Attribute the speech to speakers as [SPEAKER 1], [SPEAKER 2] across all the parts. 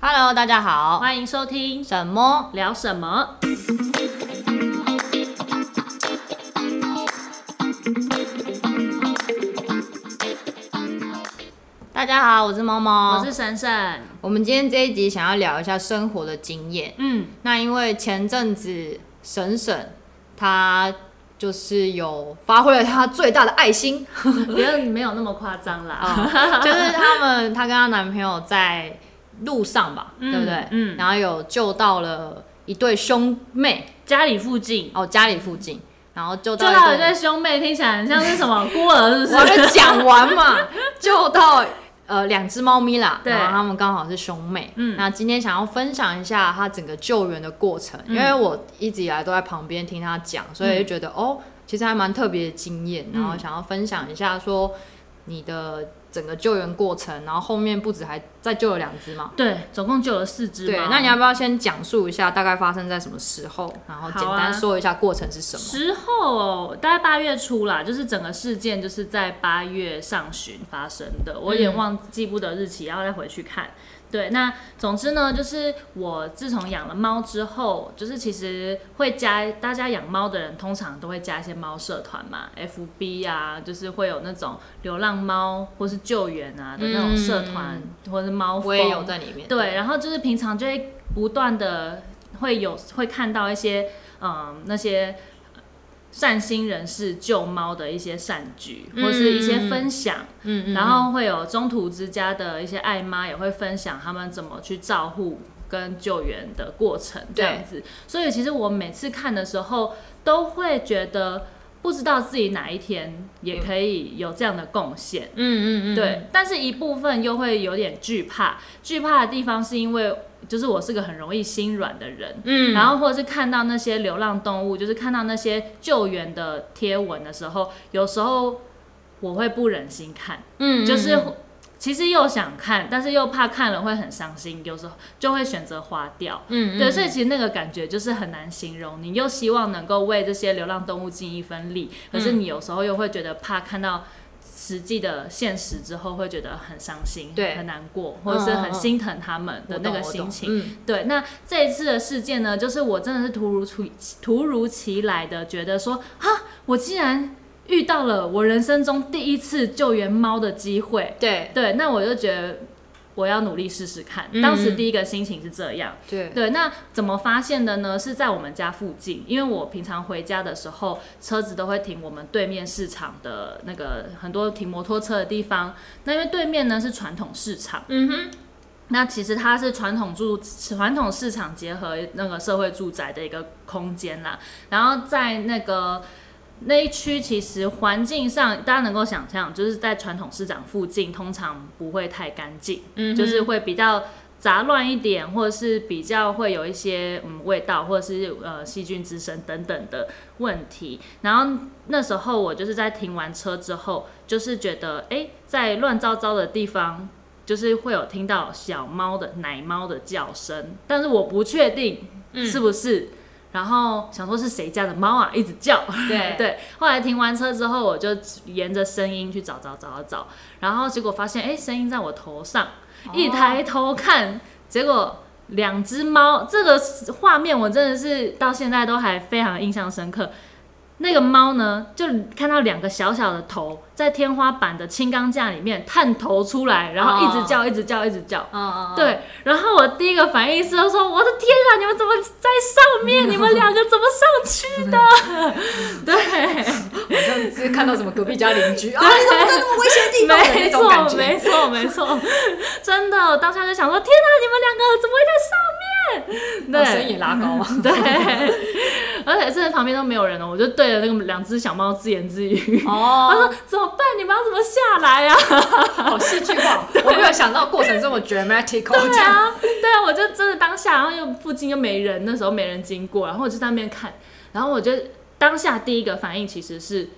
[SPEAKER 1] Hello，大家好。
[SPEAKER 2] 欢迎收听
[SPEAKER 1] 什么？
[SPEAKER 2] 聊什么？
[SPEAKER 1] 大家好，我是猫猫。
[SPEAKER 2] 我是神神。
[SPEAKER 1] 我们今天这一集想要聊一下生活的经验。
[SPEAKER 2] 嗯，
[SPEAKER 1] 那因为前阵子沈沈他就是有发挥了他最大的爱 心，
[SPEAKER 2] 不要没有那么夸张啦。
[SPEAKER 1] 就是他们她跟她男朋友在路上吧，
[SPEAKER 2] 嗯
[SPEAKER 1] 对不对？
[SPEAKER 2] 嗯
[SPEAKER 1] 然后有救到了一对兄妹
[SPEAKER 2] 家里附近，
[SPEAKER 1] 哦，家里附近，然后救
[SPEAKER 2] 就
[SPEAKER 1] 到
[SPEAKER 2] 到
[SPEAKER 1] 一对
[SPEAKER 2] 有对兄妹，听起来很像是什么孤儿，是不
[SPEAKER 1] 我还
[SPEAKER 2] 是？
[SPEAKER 1] 没讲完嘛， 就到呃两只猫咪啦，
[SPEAKER 2] 对
[SPEAKER 1] 然后他们刚好是兄妹。
[SPEAKER 2] 嗯
[SPEAKER 1] 那今天想要分享一下它整个救援的过程，
[SPEAKER 2] 嗯
[SPEAKER 1] 因为我一直以来都在旁边听他讲，所以就觉得、哦，其实还蛮特别的经验，然
[SPEAKER 2] 嗯
[SPEAKER 1] 后想要分享一下说你的整个救援过程，然后后面不止还再救了两只嘛。
[SPEAKER 2] 对，总共救了四只
[SPEAKER 1] 对
[SPEAKER 2] 猫。，
[SPEAKER 1] 那你要不要先讲述一下大概发生在什么时候，然后简
[SPEAKER 2] 好啊
[SPEAKER 1] 单说一下过程是什么？
[SPEAKER 2] 之后哦大概八月初啦，就是整个事件就是在八月上旬发生的，我有点忘记不得日期，然后再回去看。对，那总之呢，就是我自从养了猫之后，就是其实会加大家养猫的人，通常都会加一些猫社团嘛，FB 啊，就是会有那种流浪猫或是救援啊的那种社团，或是猫
[SPEAKER 1] 嗯我也
[SPEAKER 2] 疯
[SPEAKER 1] 有在里面。
[SPEAKER 2] 对，然后就是平常就会不断的会有会看到一些嗯那些善心人士救猫的一些善举，或是一些分享，
[SPEAKER 1] 嗯，嗯嗯，
[SPEAKER 2] 然后会有中途之家的一些爱妈也会分享他们怎么去照护跟救援的过程这样子。所以其实我每次看的时候，都会觉得不知道自己哪一天也可以有这样的贡献。
[SPEAKER 1] 嗯嗯嗯，
[SPEAKER 2] 对，但是一部分又会有点惧怕，惧怕的地方是因为就是我是个很容易心软的人，
[SPEAKER 1] 嗯，
[SPEAKER 2] 然后或者是看到那些流浪动物，就是看到那些救援的贴文的时候，有时候我会不忍心看，
[SPEAKER 1] 嗯，
[SPEAKER 2] 就是
[SPEAKER 1] 嗯
[SPEAKER 2] 其实又想看，但是又怕看了会很伤心，有时候就会选择划掉。
[SPEAKER 1] 嗯，
[SPEAKER 2] 对，所以其实那个感觉就是很难形容。你又希望能够为这些流浪动物尽一份力，可
[SPEAKER 1] 嗯
[SPEAKER 2] 是你有时候又会觉得怕看到实际的现实之后，会觉得很伤心，
[SPEAKER 1] 对嗯
[SPEAKER 2] 很难过，或者是
[SPEAKER 1] 嗯嗯
[SPEAKER 2] 很
[SPEAKER 1] 嗯
[SPEAKER 2] 心疼他们的那个心情。
[SPEAKER 1] 情，
[SPEAKER 2] 对，那这一次的事件呢，就是我真的是突如其突如其来的觉得说啊，我竟然遇到了我人生中第一次救援猫的机会。
[SPEAKER 1] 对
[SPEAKER 2] 对，那我就觉得我要努力试试看。
[SPEAKER 1] 嗯
[SPEAKER 2] 当时第一个心情是这样。
[SPEAKER 1] 对
[SPEAKER 2] 对，那怎么发现的呢？是在我们家附近，因为我平常回家的时候，车子都会停我们对面市场的那个很多停摩托车的地方。那因为对面呢是传统市场，
[SPEAKER 1] 嗯哼，
[SPEAKER 2] 那其实它是传统住传统市场结合那个社会住宅的一个空间啦。然后在那个那一区，其实环境上大家能够想象，就是在传统市场附近，通常不会太干净。
[SPEAKER 1] 嗯
[SPEAKER 2] 就是会比较杂乱一点，或者是比较会有一些嗯味道，或者是呃细菌滋生等等的问题。然后那时候我就是在停完车之后，就是觉得哎、诶在乱糟糟的地方。就是会有听到小猫的奶猫的叫声，但是我不确定
[SPEAKER 1] 嗯
[SPEAKER 2] 是不是，然后想说是谁家的猫啊，一直叫，
[SPEAKER 1] 对
[SPEAKER 2] 对，后来停完车之后，我就沿着声音去找找找找，然后结果发现，哎、声音在我头上，一抬头看，结果两只猫，这个画面我真的是到现在都还非常印象深刻。那个猫呢，就看到两个小小的头在天花板的轻钢架里面探头出来，然后一直叫，一直叫，一直叫。
[SPEAKER 1] 嗯嗯，
[SPEAKER 2] 对，然后我第一个反应是说：“我的天啊，你们怎么在 上面？你们两个怎么上去的？”对，
[SPEAKER 1] 好像是看到什么隔壁家邻 居啊，你怎么在那么危险的地方的那
[SPEAKER 2] 没
[SPEAKER 1] 种感
[SPEAKER 2] 错，
[SPEAKER 1] 觉，
[SPEAKER 2] 没错，没错，真的，我当下就想说：“天哪，你们两个怎么
[SPEAKER 1] 哦声
[SPEAKER 2] 会在上
[SPEAKER 1] 音
[SPEAKER 2] 面？”
[SPEAKER 1] 也拉高啊，
[SPEAKER 2] 对，对，而且甚至旁边都没有人哦了，我就对着那个两只小猫自言自语。他
[SPEAKER 1] 哦，
[SPEAKER 2] 说：“怎么办？你们要怎么下来啊？”
[SPEAKER 1] 好戏剧化，我没有想到过程这么 dramatical，
[SPEAKER 2] 对，啊，对啊，我就真的当下，然后又附近又没人，那时候没人经过，然后我就在那边看，然后我就当下第一个反应其实是，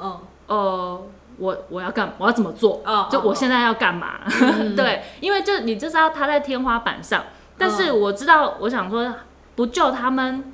[SPEAKER 1] 嗯，
[SPEAKER 2] 呃，我我要干，我要怎么做？
[SPEAKER 1] 哦嗯
[SPEAKER 2] 就
[SPEAKER 1] 哦
[SPEAKER 2] 我
[SPEAKER 1] 哦
[SPEAKER 2] 现在要干嘛？ 对，因为就你就知道他在天花板
[SPEAKER 1] 嗯
[SPEAKER 2] 上，但是我知道，我想说不救他们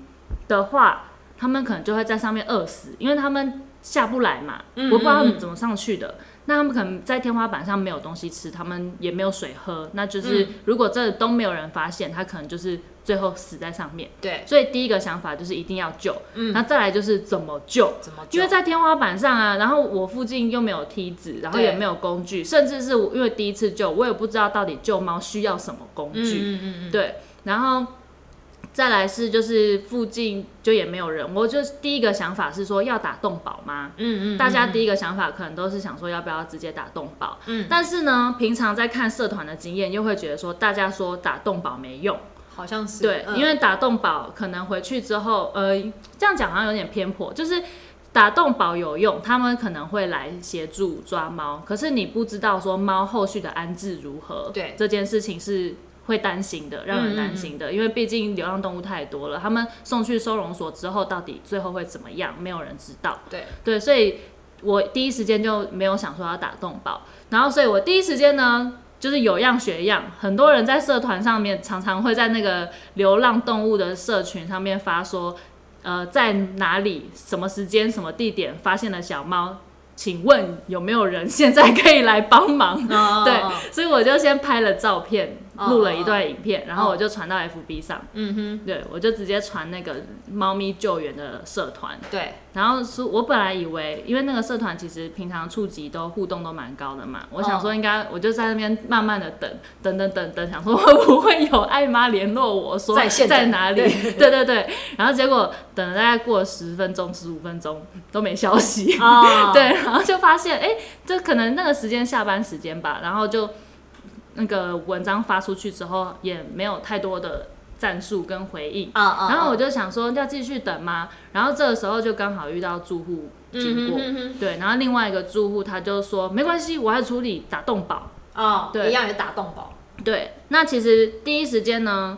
[SPEAKER 2] 的话，他们可能就会在上面饿死，因为他们下不来嘛，
[SPEAKER 1] 嗯
[SPEAKER 2] 我不知道他
[SPEAKER 1] 嗯嗯
[SPEAKER 2] 们怎么上去的。那他们可能在天花板上没有东西吃，他们也没有水喝，那就是
[SPEAKER 1] 嗯
[SPEAKER 2] 如果这都没有人发现，他可能就是最后死在上面。
[SPEAKER 3] 对，
[SPEAKER 2] 所以第一个想法就是一定要救，
[SPEAKER 3] 嗯
[SPEAKER 2] 那再来就是怎么救。
[SPEAKER 3] 怎么救？
[SPEAKER 2] 因为在天花板上啊，然后我附近又没有梯子，然后
[SPEAKER 3] 对
[SPEAKER 2] 也没有工具，甚至是我因为第一次救，我也不知道到底救猫需要什么工
[SPEAKER 3] 嗯
[SPEAKER 2] 具，
[SPEAKER 3] 嗯嗯嗯，
[SPEAKER 2] 对，然后再来是就是附近就也没有人，我就第一个想法是说要打洞保吗？
[SPEAKER 3] 嗯嗯，
[SPEAKER 2] 大家
[SPEAKER 3] 嗯
[SPEAKER 2] 第一个想法可能都是想说要不要直接打洞保，
[SPEAKER 3] 嗯
[SPEAKER 2] 但是呢，平常在看社团的经验，又会觉得说大家说打洞保没用，
[SPEAKER 3] 好像是
[SPEAKER 2] 对，
[SPEAKER 3] 嗯
[SPEAKER 2] 因为打洞保可能回去之后，呃，这样讲好像有点偏颇，就是打洞保有用，他们可能会来协助抓猫，可是你不知道说猫后续的安置如何，
[SPEAKER 3] 对嗯
[SPEAKER 2] 这件事情是。会担心的，让人担心的，因为毕竟流浪动物太多了，他们送去收容所之后，到底最后会怎么样，没有人知道。
[SPEAKER 3] 对，
[SPEAKER 2] 对，所以我第一时间就没有想说要打洞保，然后所以我第一时间呢。就是有样学样，很多人在社团上面常常会在那个流浪动物的社群上面发说，呃，在哪里、什么时间、什么地点发现了小猫，请问有没有人现在可以来帮忙？
[SPEAKER 3] 哦
[SPEAKER 2] 对，所以我就先拍了照片，
[SPEAKER 3] 哦
[SPEAKER 2] 录了一段影片，然后我就传到 FB 上，
[SPEAKER 3] 嗯
[SPEAKER 2] 对我就直接传那个猫咪救援的社团，
[SPEAKER 3] 哼，对，
[SPEAKER 2] 然后是我本来以为，因为那个社团其实平常触及都互动都蛮高的嘛，
[SPEAKER 3] 哦
[SPEAKER 2] 我想说应该我就在那边慢慢的等，等等等等，想说 会不会有艾妈联络我说
[SPEAKER 3] 在线等
[SPEAKER 2] 在哪里？ 对对对，然后结果等了大概过了十分钟十五分钟都没消息，
[SPEAKER 3] 哦，
[SPEAKER 2] 对，然后就发现哎，这可能那个时间下班时间吧，然后就那个文章发出去之后也没有太多的赞数跟回应，
[SPEAKER 1] 哦
[SPEAKER 3] 啊啊，
[SPEAKER 2] 然后我
[SPEAKER 3] 就
[SPEAKER 2] 就想说要继续等吗？然后这个时候就刚好遇到住户经过，
[SPEAKER 3] 嗯
[SPEAKER 2] 对，然后另外一个住户他就说没关系，我还处理打洞保。
[SPEAKER 3] 哼，哦，
[SPEAKER 2] 对
[SPEAKER 3] 一样也打洞保，
[SPEAKER 2] 对，那其实第一时间呢，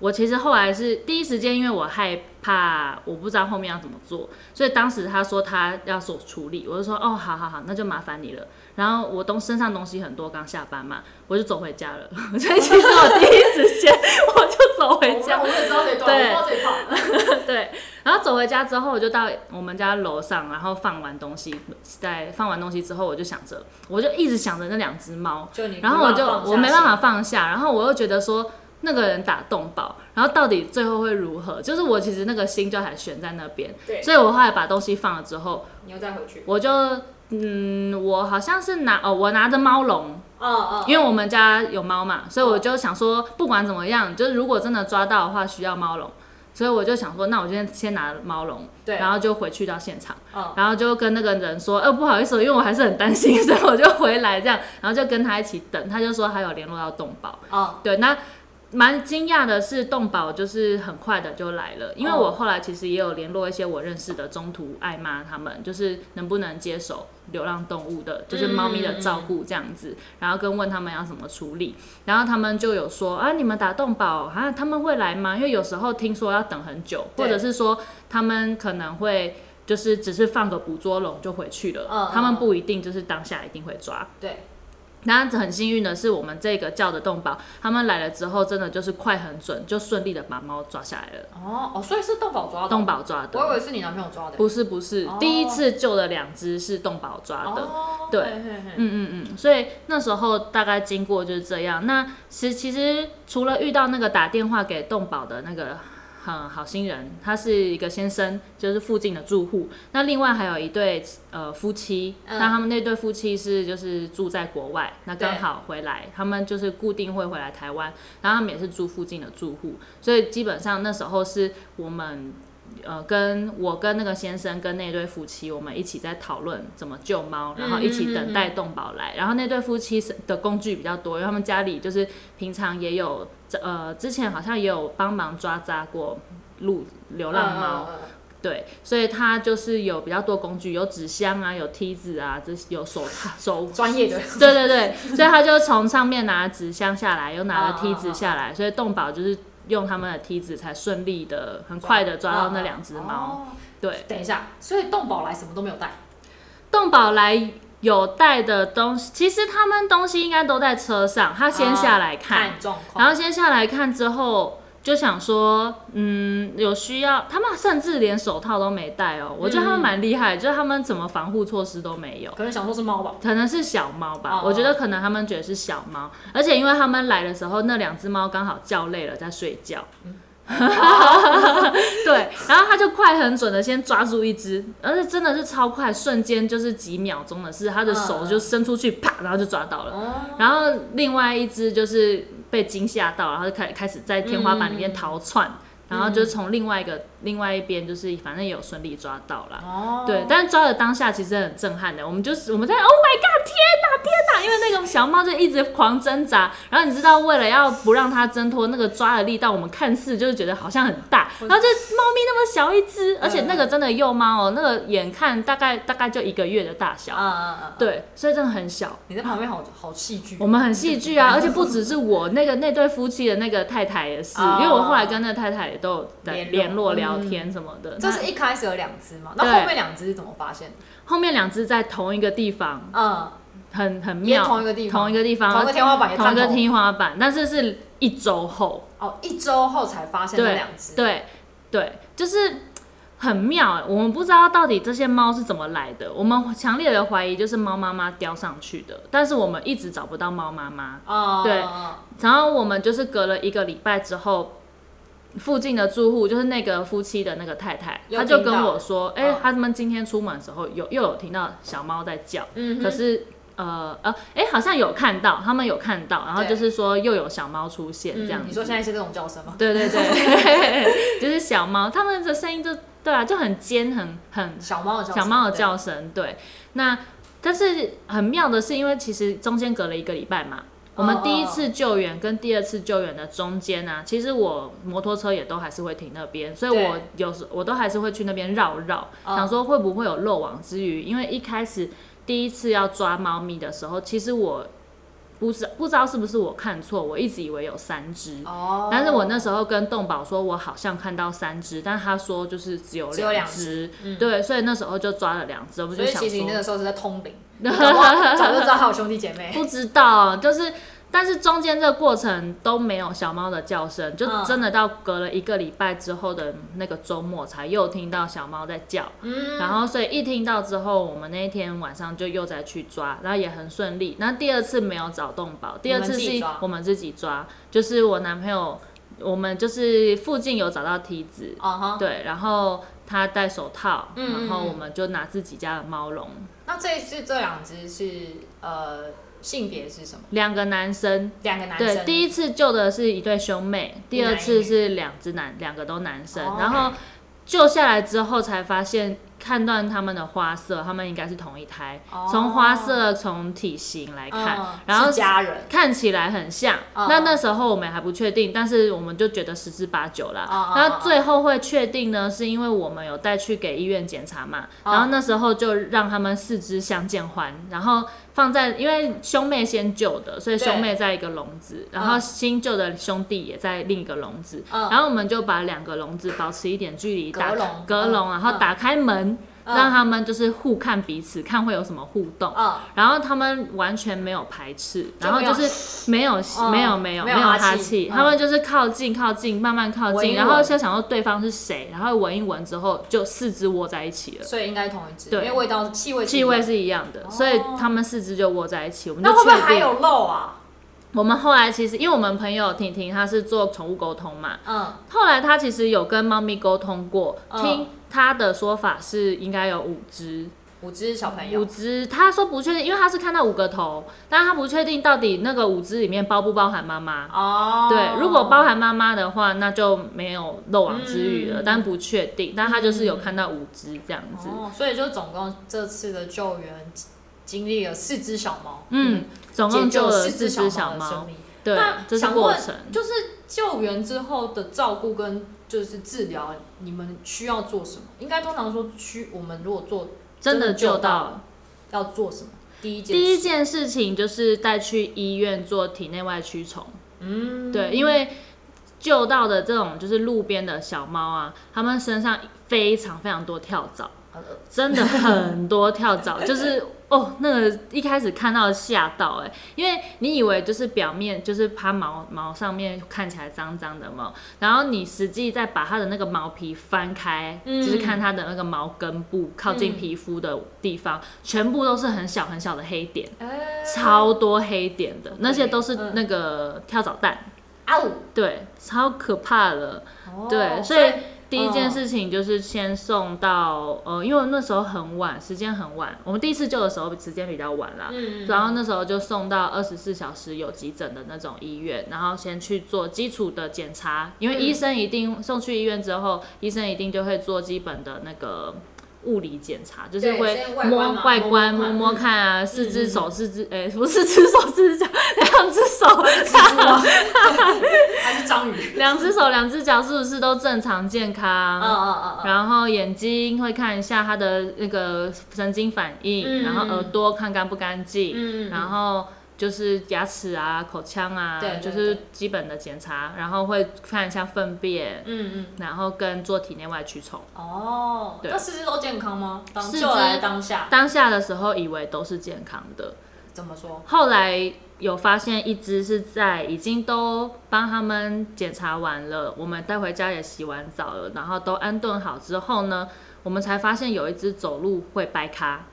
[SPEAKER 2] 我其实后来是第一时间，因为我害怕，我不知道后面要怎么做，所以当时他说他要做处理，我就说哦，好好好，那就麻烦你了。然后我东身上东西很多，刚下班嘛，我就走回家了。 所以其实我第一时间我就走回家，
[SPEAKER 3] 哦我也知道这一
[SPEAKER 2] 段对我
[SPEAKER 3] 这一块，
[SPEAKER 2] 对，然后走回家之后，我就到我们家楼上，然后放完东西，在放完东西之后，我就想着，我就一直想着那两只猫，
[SPEAKER 3] 就你，
[SPEAKER 2] 然后我就我没办法，放下，然后我又觉得说那个人打洞保，然后到底最后会如何？就是我其实那个心就还悬在那边，
[SPEAKER 3] 对
[SPEAKER 2] 所以我后来把东西放了之后，
[SPEAKER 3] 你又再回去，
[SPEAKER 2] 我就嗯，我好像是拿哦，我拿着猫笼，
[SPEAKER 3] 嗯嗯，
[SPEAKER 2] 因为我们家有猫嘛，所以我就想说，不管怎么样，就是如果真的抓到的话，需要猫笼，所以我就想说，那我就先先拿猫笼，
[SPEAKER 3] 对
[SPEAKER 2] 然后就回去到现场，
[SPEAKER 3] 嗯
[SPEAKER 2] 然后就跟那个人说，呃，不好意思，因为我还是很担心，所以我就回来这样，然后就跟他一起等，他就说还有联络到动保，
[SPEAKER 3] 哦，
[SPEAKER 2] 对，那蛮惊讶的是，动保就是很快的就来了，因为
[SPEAKER 3] 哦
[SPEAKER 2] 我后来其实也有联络一些我认识的中途爱妈他们，就是能不能接手流浪动物的，就是猫咪的照顾这样
[SPEAKER 3] 嗯
[SPEAKER 2] 子，然后跟问他们要怎么处理，然后他们就有说啊，你们打动保啊，他们会来吗？因为有时候听说要等很久，
[SPEAKER 3] 对
[SPEAKER 2] 或者是说他们可能会。就是只是放个捕捉笼就回去了，
[SPEAKER 3] 嗯嗯
[SPEAKER 2] 他们
[SPEAKER 3] 嗯
[SPEAKER 2] 不一定就是当下一定会抓。
[SPEAKER 3] 对，
[SPEAKER 2] 那很幸运的是，我们这个叫的动保，他们来了之后，真的就是快很准，就顺利的把猫抓下来了。
[SPEAKER 3] 哦哦，所以是动保抓的，
[SPEAKER 2] 动保抓
[SPEAKER 3] 我以
[SPEAKER 1] 哦
[SPEAKER 2] 的，
[SPEAKER 3] 为是你男朋友抓的，
[SPEAKER 2] 不是不是
[SPEAKER 3] 哦，
[SPEAKER 2] 第一次救的两只是动保抓的。
[SPEAKER 3] 哦，
[SPEAKER 2] 对
[SPEAKER 3] 嘿嘿嘿
[SPEAKER 2] 嗯嗯嗯，所以那时候大概经过就是这样。那其其实除了遇到那个打电话给动保的那个嗯好心人，他是一个先生，就是附近的住户。那另外还有一对呃夫妻，
[SPEAKER 3] 嗯
[SPEAKER 2] 那他们那对夫妻是就是住在国外，那刚好回来，他们就是固定会回来台湾，然后他们也是住附近的住户，所以基本上那时候是我们呃，跟我跟那个先生跟那对夫妻，我们一起在讨论怎么救
[SPEAKER 3] 嗯
[SPEAKER 2] 猫，然后一起等待动保来。然后那对夫妻是的工具比较多，因为他们家里就是平常也有呃，之前好像也有帮忙抓扎过路流浪猫，
[SPEAKER 3] 嗯，嗯嗯
[SPEAKER 2] 对，所以他就是有比较多工具，有纸箱啊，有梯子啊，这有手套手
[SPEAKER 3] 嗯专业的，
[SPEAKER 2] 对对对，所以他就从上面拿纸箱下来，又拿了梯子下来，所以动保就是用他们的梯子才顺利的、很快的抓到那两只猫。
[SPEAKER 3] 哦。
[SPEAKER 2] 对，
[SPEAKER 3] 等一下，所以动保来什么都没有带，
[SPEAKER 2] 动保来有带的东西，其实他们东西应该都在车上，他先下来看，
[SPEAKER 3] 看状况，
[SPEAKER 2] 然后先下来看之后。就想说，嗯，有需要，他们甚至连手套都没戴哦、我觉得他们蛮厉害，就是他们怎么防护措施都没有。
[SPEAKER 1] 可能想说是猫吧，
[SPEAKER 2] 可能是小猫吧
[SPEAKER 1] 哦
[SPEAKER 2] 我觉得可能他们觉得是小猫，而且因为他们来的时候，那两只猫刚好叫累了在睡觉，
[SPEAKER 1] 哦
[SPEAKER 2] 对，然后他就快很准的先抓住一只，而且真的是超快，瞬间就是几秒钟的事，他的手
[SPEAKER 1] 嗯哦
[SPEAKER 2] 就伸出去，啪，然后就抓到了。然后另外一只就是被惊吓到，然后就开开始在天花板里
[SPEAKER 1] 嗯
[SPEAKER 2] 面逃窜，然后就从另外一个另外一边就是反正也有顺利抓到啦。
[SPEAKER 1] 哦，
[SPEAKER 2] 对，但是抓的当下其实很震撼的，我们就是我们在 Oh my God，天哪，天哪！因为那个小猫就一直狂挣扎，然后你知道为了要不让它挣脱，那个抓的力道，我们看似就是觉得好像很大，然后就猫咪那么小一只，
[SPEAKER 1] 嗯
[SPEAKER 2] 而且那个真的幼猫哦，那个眼看大概大概就一个月的大
[SPEAKER 3] 嗯
[SPEAKER 2] 小，
[SPEAKER 1] 啊，
[SPEAKER 2] 对，所以真的很小。
[SPEAKER 1] 你在旁边好好戏剧
[SPEAKER 2] 我，们很戏剧
[SPEAKER 1] 嗯
[SPEAKER 2] 啊，而且不只是我那个那对夫妻的那个太太也是，
[SPEAKER 1] 哦
[SPEAKER 2] 因为我后来跟那个太太也都有在
[SPEAKER 1] 联络嗯
[SPEAKER 2] 联络聊天什么的。
[SPEAKER 1] 这
[SPEAKER 2] 那
[SPEAKER 1] 是一开始有两只嘛，
[SPEAKER 2] 对
[SPEAKER 1] 那后面两只是怎么发现的？
[SPEAKER 2] 后面两只在同一个地方，
[SPEAKER 1] 嗯，
[SPEAKER 2] 很很
[SPEAKER 1] 也
[SPEAKER 2] 妙，
[SPEAKER 1] 同一个地方，
[SPEAKER 2] 同一个地方，
[SPEAKER 1] 同一个天花板也
[SPEAKER 2] 同
[SPEAKER 1] 探
[SPEAKER 2] 一
[SPEAKER 1] 头
[SPEAKER 2] 个天花板，但是是一周后，
[SPEAKER 1] 哦，一周后才发现那
[SPEAKER 2] 对
[SPEAKER 1] 两只，
[SPEAKER 2] 对对，就是很妙欸、我们不知道到底这些猫是怎么来的，我们强烈的怀疑就是猫妈妈叼上去的，但是我们一直找不到猫妈妈，
[SPEAKER 1] 啊，
[SPEAKER 2] 对然后我们就是隔了一个礼拜之后。附近的住户就是那个夫妻的那个太太，
[SPEAKER 1] 又
[SPEAKER 2] 她就
[SPEAKER 1] 听到
[SPEAKER 2] 跟我说：“哎、
[SPEAKER 1] 嗯
[SPEAKER 2] 他们今天出门的时候有又有听到小猫在叫，
[SPEAKER 1] 嗯
[SPEAKER 2] 可
[SPEAKER 1] 哼，
[SPEAKER 2] 是呃呃，哎、好像有看到，他们有看到，然后
[SPEAKER 1] 对
[SPEAKER 2] 就是说又有小猫出现这样
[SPEAKER 1] 嗯
[SPEAKER 2] 子。
[SPEAKER 1] 你说现在是这种叫声吗？
[SPEAKER 2] 对对对， 就是小猫，它们的声音就对啊，就很尖，很很
[SPEAKER 1] 小猫的叫声，
[SPEAKER 2] 小猫的叫声。对，那但是很妙的是，因为其实中间隔了一个礼拜嘛。我
[SPEAKER 1] 哦
[SPEAKER 2] 们
[SPEAKER 1] 哦
[SPEAKER 2] 第一次救援跟第二次救援的中间啊，其实我摩托车也都还是会停那边，所以
[SPEAKER 1] 对
[SPEAKER 2] 我有时我都还是会去那边绕绕，
[SPEAKER 1] 哦
[SPEAKER 2] 想说会不会有漏网之鱼。因为一开始第一次要抓猫咪的时候，其实我不知不知道是不是我看错，我一直以为有三只，
[SPEAKER 1] 对哦，
[SPEAKER 2] 但是我那时候跟动保说，我好像看到三只，但他说就是只有
[SPEAKER 1] 只有两
[SPEAKER 2] 只，
[SPEAKER 1] 嗯
[SPEAKER 2] 对，所以那时候就抓了两只，我们
[SPEAKER 1] 所
[SPEAKER 2] 就
[SPEAKER 1] 以
[SPEAKER 2] 想
[SPEAKER 1] 其实你那
[SPEAKER 2] 说
[SPEAKER 1] 个时候是在通灵， 搞不好早就知道欸他有兄弟姐妹，
[SPEAKER 2] 不知道，就是但是中间这个过程都没有小猫的叫声，就
[SPEAKER 1] 嗯
[SPEAKER 2] 真的到隔了一个礼拜之后的那个周末才又听到小猫在叫，
[SPEAKER 1] 嗯，
[SPEAKER 2] 然后所以一听到之后，我们那一天晚上就又再去抓，然后也很顺利。那第二次没有找动保，第二次
[SPEAKER 1] 你们自己
[SPEAKER 2] 是
[SPEAKER 1] 抓
[SPEAKER 2] 我们自己抓，就是我男朋友，我们就是附近有找到梯子，
[SPEAKER 1] 啊哈，
[SPEAKER 2] 对，然后他戴手套，
[SPEAKER 1] 嗯
[SPEAKER 2] 然后
[SPEAKER 1] 嗯嗯
[SPEAKER 2] 我们就拿自己家的猫笼，
[SPEAKER 1] 那这一次这两只是呃性别是什么？
[SPEAKER 2] 两个男生。
[SPEAKER 1] 两个男生，
[SPEAKER 2] 对，第一次救的是一对兄妹，第二
[SPEAKER 1] 一
[SPEAKER 2] 次
[SPEAKER 1] 男一
[SPEAKER 2] 是两只男，两个都男生。
[SPEAKER 1] 哦
[SPEAKER 2] 然后救下来之后才发现，判断他们的花色，他们应该是同一胎。
[SPEAKER 1] 哦
[SPEAKER 2] 从花色、从体型来看，
[SPEAKER 1] 嗯
[SPEAKER 2] 然后
[SPEAKER 1] 是家人，
[SPEAKER 2] 看起来很像。
[SPEAKER 1] 嗯
[SPEAKER 2] 那那时候我们还不确定，但是我们就觉得十之八九啦。
[SPEAKER 1] 嗯嗯
[SPEAKER 2] 哦那
[SPEAKER 1] 嗯
[SPEAKER 2] 最后会确定呢，是因为我们有带去给医院检查嘛，
[SPEAKER 1] 嗯
[SPEAKER 2] 然后那时候就让他们四肢相见欢，然后放在因为兄妹先救的，所以
[SPEAKER 1] 对
[SPEAKER 2] 兄妹在一个笼子，然后新救的兄弟也在另一个笼子，
[SPEAKER 1] 嗯
[SPEAKER 2] 然后我们就把两个笼子保持一点距离，
[SPEAKER 1] 隔
[SPEAKER 2] 打开
[SPEAKER 1] 笼
[SPEAKER 2] 隔
[SPEAKER 1] 嗯
[SPEAKER 2] 笼，然后
[SPEAKER 1] 嗯
[SPEAKER 2] 打开门。
[SPEAKER 1] 嗯
[SPEAKER 2] 让他们就是互看彼此，看会有什么互动。
[SPEAKER 1] 嗯，
[SPEAKER 2] 然后他们完全没有排斥，然后就是没有
[SPEAKER 1] 嗯
[SPEAKER 2] 没有没
[SPEAKER 1] 没
[SPEAKER 2] 有没
[SPEAKER 1] 有
[SPEAKER 2] 有
[SPEAKER 1] 哈气
[SPEAKER 2] 哈气，
[SPEAKER 1] 嗯
[SPEAKER 2] 他们就是靠近靠近，慢慢靠
[SPEAKER 1] 闻一
[SPEAKER 2] 近，
[SPEAKER 1] 闻
[SPEAKER 2] 然后就想到对方是谁，然后闻一闻之后就四肢窝在一起了，
[SPEAKER 1] 所以应该同一只，因
[SPEAKER 2] 对
[SPEAKER 1] 为味道气味
[SPEAKER 2] 气味
[SPEAKER 1] 是
[SPEAKER 2] 是一样的，
[SPEAKER 1] 哦
[SPEAKER 2] 所以他们四肢就窝在一起，我
[SPEAKER 1] 一样，那会
[SPEAKER 2] 们就
[SPEAKER 1] 不会
[SPEAKER 2] 确
[SPEAKER 1] 还
[SPEAKER 2] 定。
[SPEAKER 1] 有漏啊？
[SPEAKER 2] 我们后来其实因为我们朋友婷婷她是做宠物沟通嘛，
[SPEAKER 1] 嗯，
[SPEAKER 2] 后来她其实有跟猫咪沟通过，
[SPEAKER 1] 嗯
[SPEAKER 2] 听她的说法是应该有五只，
[SPEAKER 1] 五只小朋
[SPEAKER 2] 五
[SPEAKER 1] 友，
[SPEAKER 2] 只，他说不确定，因为他是看到五个头，但他不确定到底那个五只里面包不包含妈妈。
[SPEAKER 1] 哦，
[SPEAKER 2] 对，如果包含妈妈的话，那就没有漏网之鱼了，
[SPEAKER 1] 嗯
[SPEAKER 2] 但不确定。但他就是有看到五只这样子，
[SPEAKER 1] 哦，所以就总共这次的救援经历了四只小猫，
[SPEAKER 2] 嗯，总共
[SPEAKER 1] 解救
[SPEAKER 2] 救了
[SPEAKER 1] 四只
[SPEAKER 2] 四只
[SPEAKER 1] 小
[SPEAKER 2] 小
[SPEAKER 1] 猫的
[SPEAKER 2] 猫
[SPEAKER 1] 生。命。
[SPEAKER 2] 对
[SPEAKER 1] 那，
[SPEAKER 2] 这是
[SPEAKER 1] 想
[SPEAKER 2] 过
[SPEAKER 1] 问
[SPEAKER 2] 程。
[SPEAKER 1] 就是救援之后的照顾跟就是治疗，你们需要做什么？应该通常说需我们如果做
[SPEAKER 2] 真的救到
[SPEAKER 1] 了，要做什么？第一件
[SPEAKER 2] 第一
[SPEAKER 1] 事
[SPEAKER 2] 件事情就是带去医院做体内外驱虫。
[SPEAKER 1] 嗯，
[SPEAKER 2] 对，因为救到的这种就是路边的小猫啊，它们身上非常非常多跳蚤。
[SPEAKER 1] 呃
[SPEAKER 2] 真的很多跳蚤，就是哦，那个一开始看到吓到哎、欸，因为你以为就是表面就是它毛毛上面看起来脏脏的嘛，然后你实际再把它的那个毛皮翻开，
[SPEAKER 1] 嗯
[SPEAKER 2] 就是看它的那个毛根部靠近皮肤的地方，全部都是很小很小的黑点，
[SPEAKER 1] 哎
[SPEAKER 2] 超多黑点的，那些都是
[SPEAKER 1] 嗯
[SPEAKER 2] 那个跳蚤蛋，
[SPEAKER 1] 啊呜，
[SPEAKER 2] 对，超可怕的。
[SPEAKER 1] 哦嗯
[SPEAKER 2] 对，所以第一件事情就是先送到、呃，因为那时候很晚，时间很晚，我们第一次救的时候时间比较晚啦。
[SPEAKER 1] 嗯，
[SPEAKER 2] 然后那时候就送到二十四小时有急诊的那种医院，然后先去做基础的检查，因为医生一定送去医院之后，医生一定就会做基本的那个物理检查，就是
[SPEAKER 1] 对
[SPEAKER 2] 会
[SPEAKER 1] 先外观
[SPEAKER 2] 摸
[SPEAKER 1] 嘛
[SPEAKER 2] 外
[SPEAKER 1] 摸
[SPEAKER 2] 观、
[SPEAKER 1] 摸
[SPEAKER 2] 摸
[SPEAKER 1] 看
[SPEAKER 2] 摸看啊，四
[SPEAKER 1] 嗯
[SPEAKER 2] 只
[SPEAKER 1] 嗯
[SPEAKER 2] 手、四只诶，不是四只手、四只脚，两只手，
[SPEAKER 1] 还是章 鱼，
[SPEAKER 2] 两只手、两只脚是不是都正常健康？
[SPEAKER 1] 嗯嗯嗯嗯，
[SPEAKER 2] 然后眼睛会看一下他的那个神经反应，
[SPEAKER 1] 嗯
[SPEAKER 2] 然后耳朵看干不干净，
[SPEAKER 1] 嗯
[SPEAKER 2] 然后就是牙齿啊、口腔啊，
[SPEAKER 1] 对对
[SPEAKER 2] 就是基本的检查，然后会看一下粪便，
[SPEAKER 1] 嗯嗯。
[SPEAKER 2] 然后跟做体内外驱虫。
[SPEAKER 1] 哦，
[SPEAKER 2] 对
[SPEAKER 1] 那四肢都健康吗？当
[SPEAKER 2] 四肢
[SPEAKER 1] 就来当下
[SPEAKER 2] 当下的时候以为都是健康的，
[SPEAKER 1] 怎么说？
[SPEAKER 2] 后来有发现一只是在已经都帮他们检查完了，我们带回家也洗完澡了，然后都安顿好之后呢，我们才发现有一只走路会掰咖。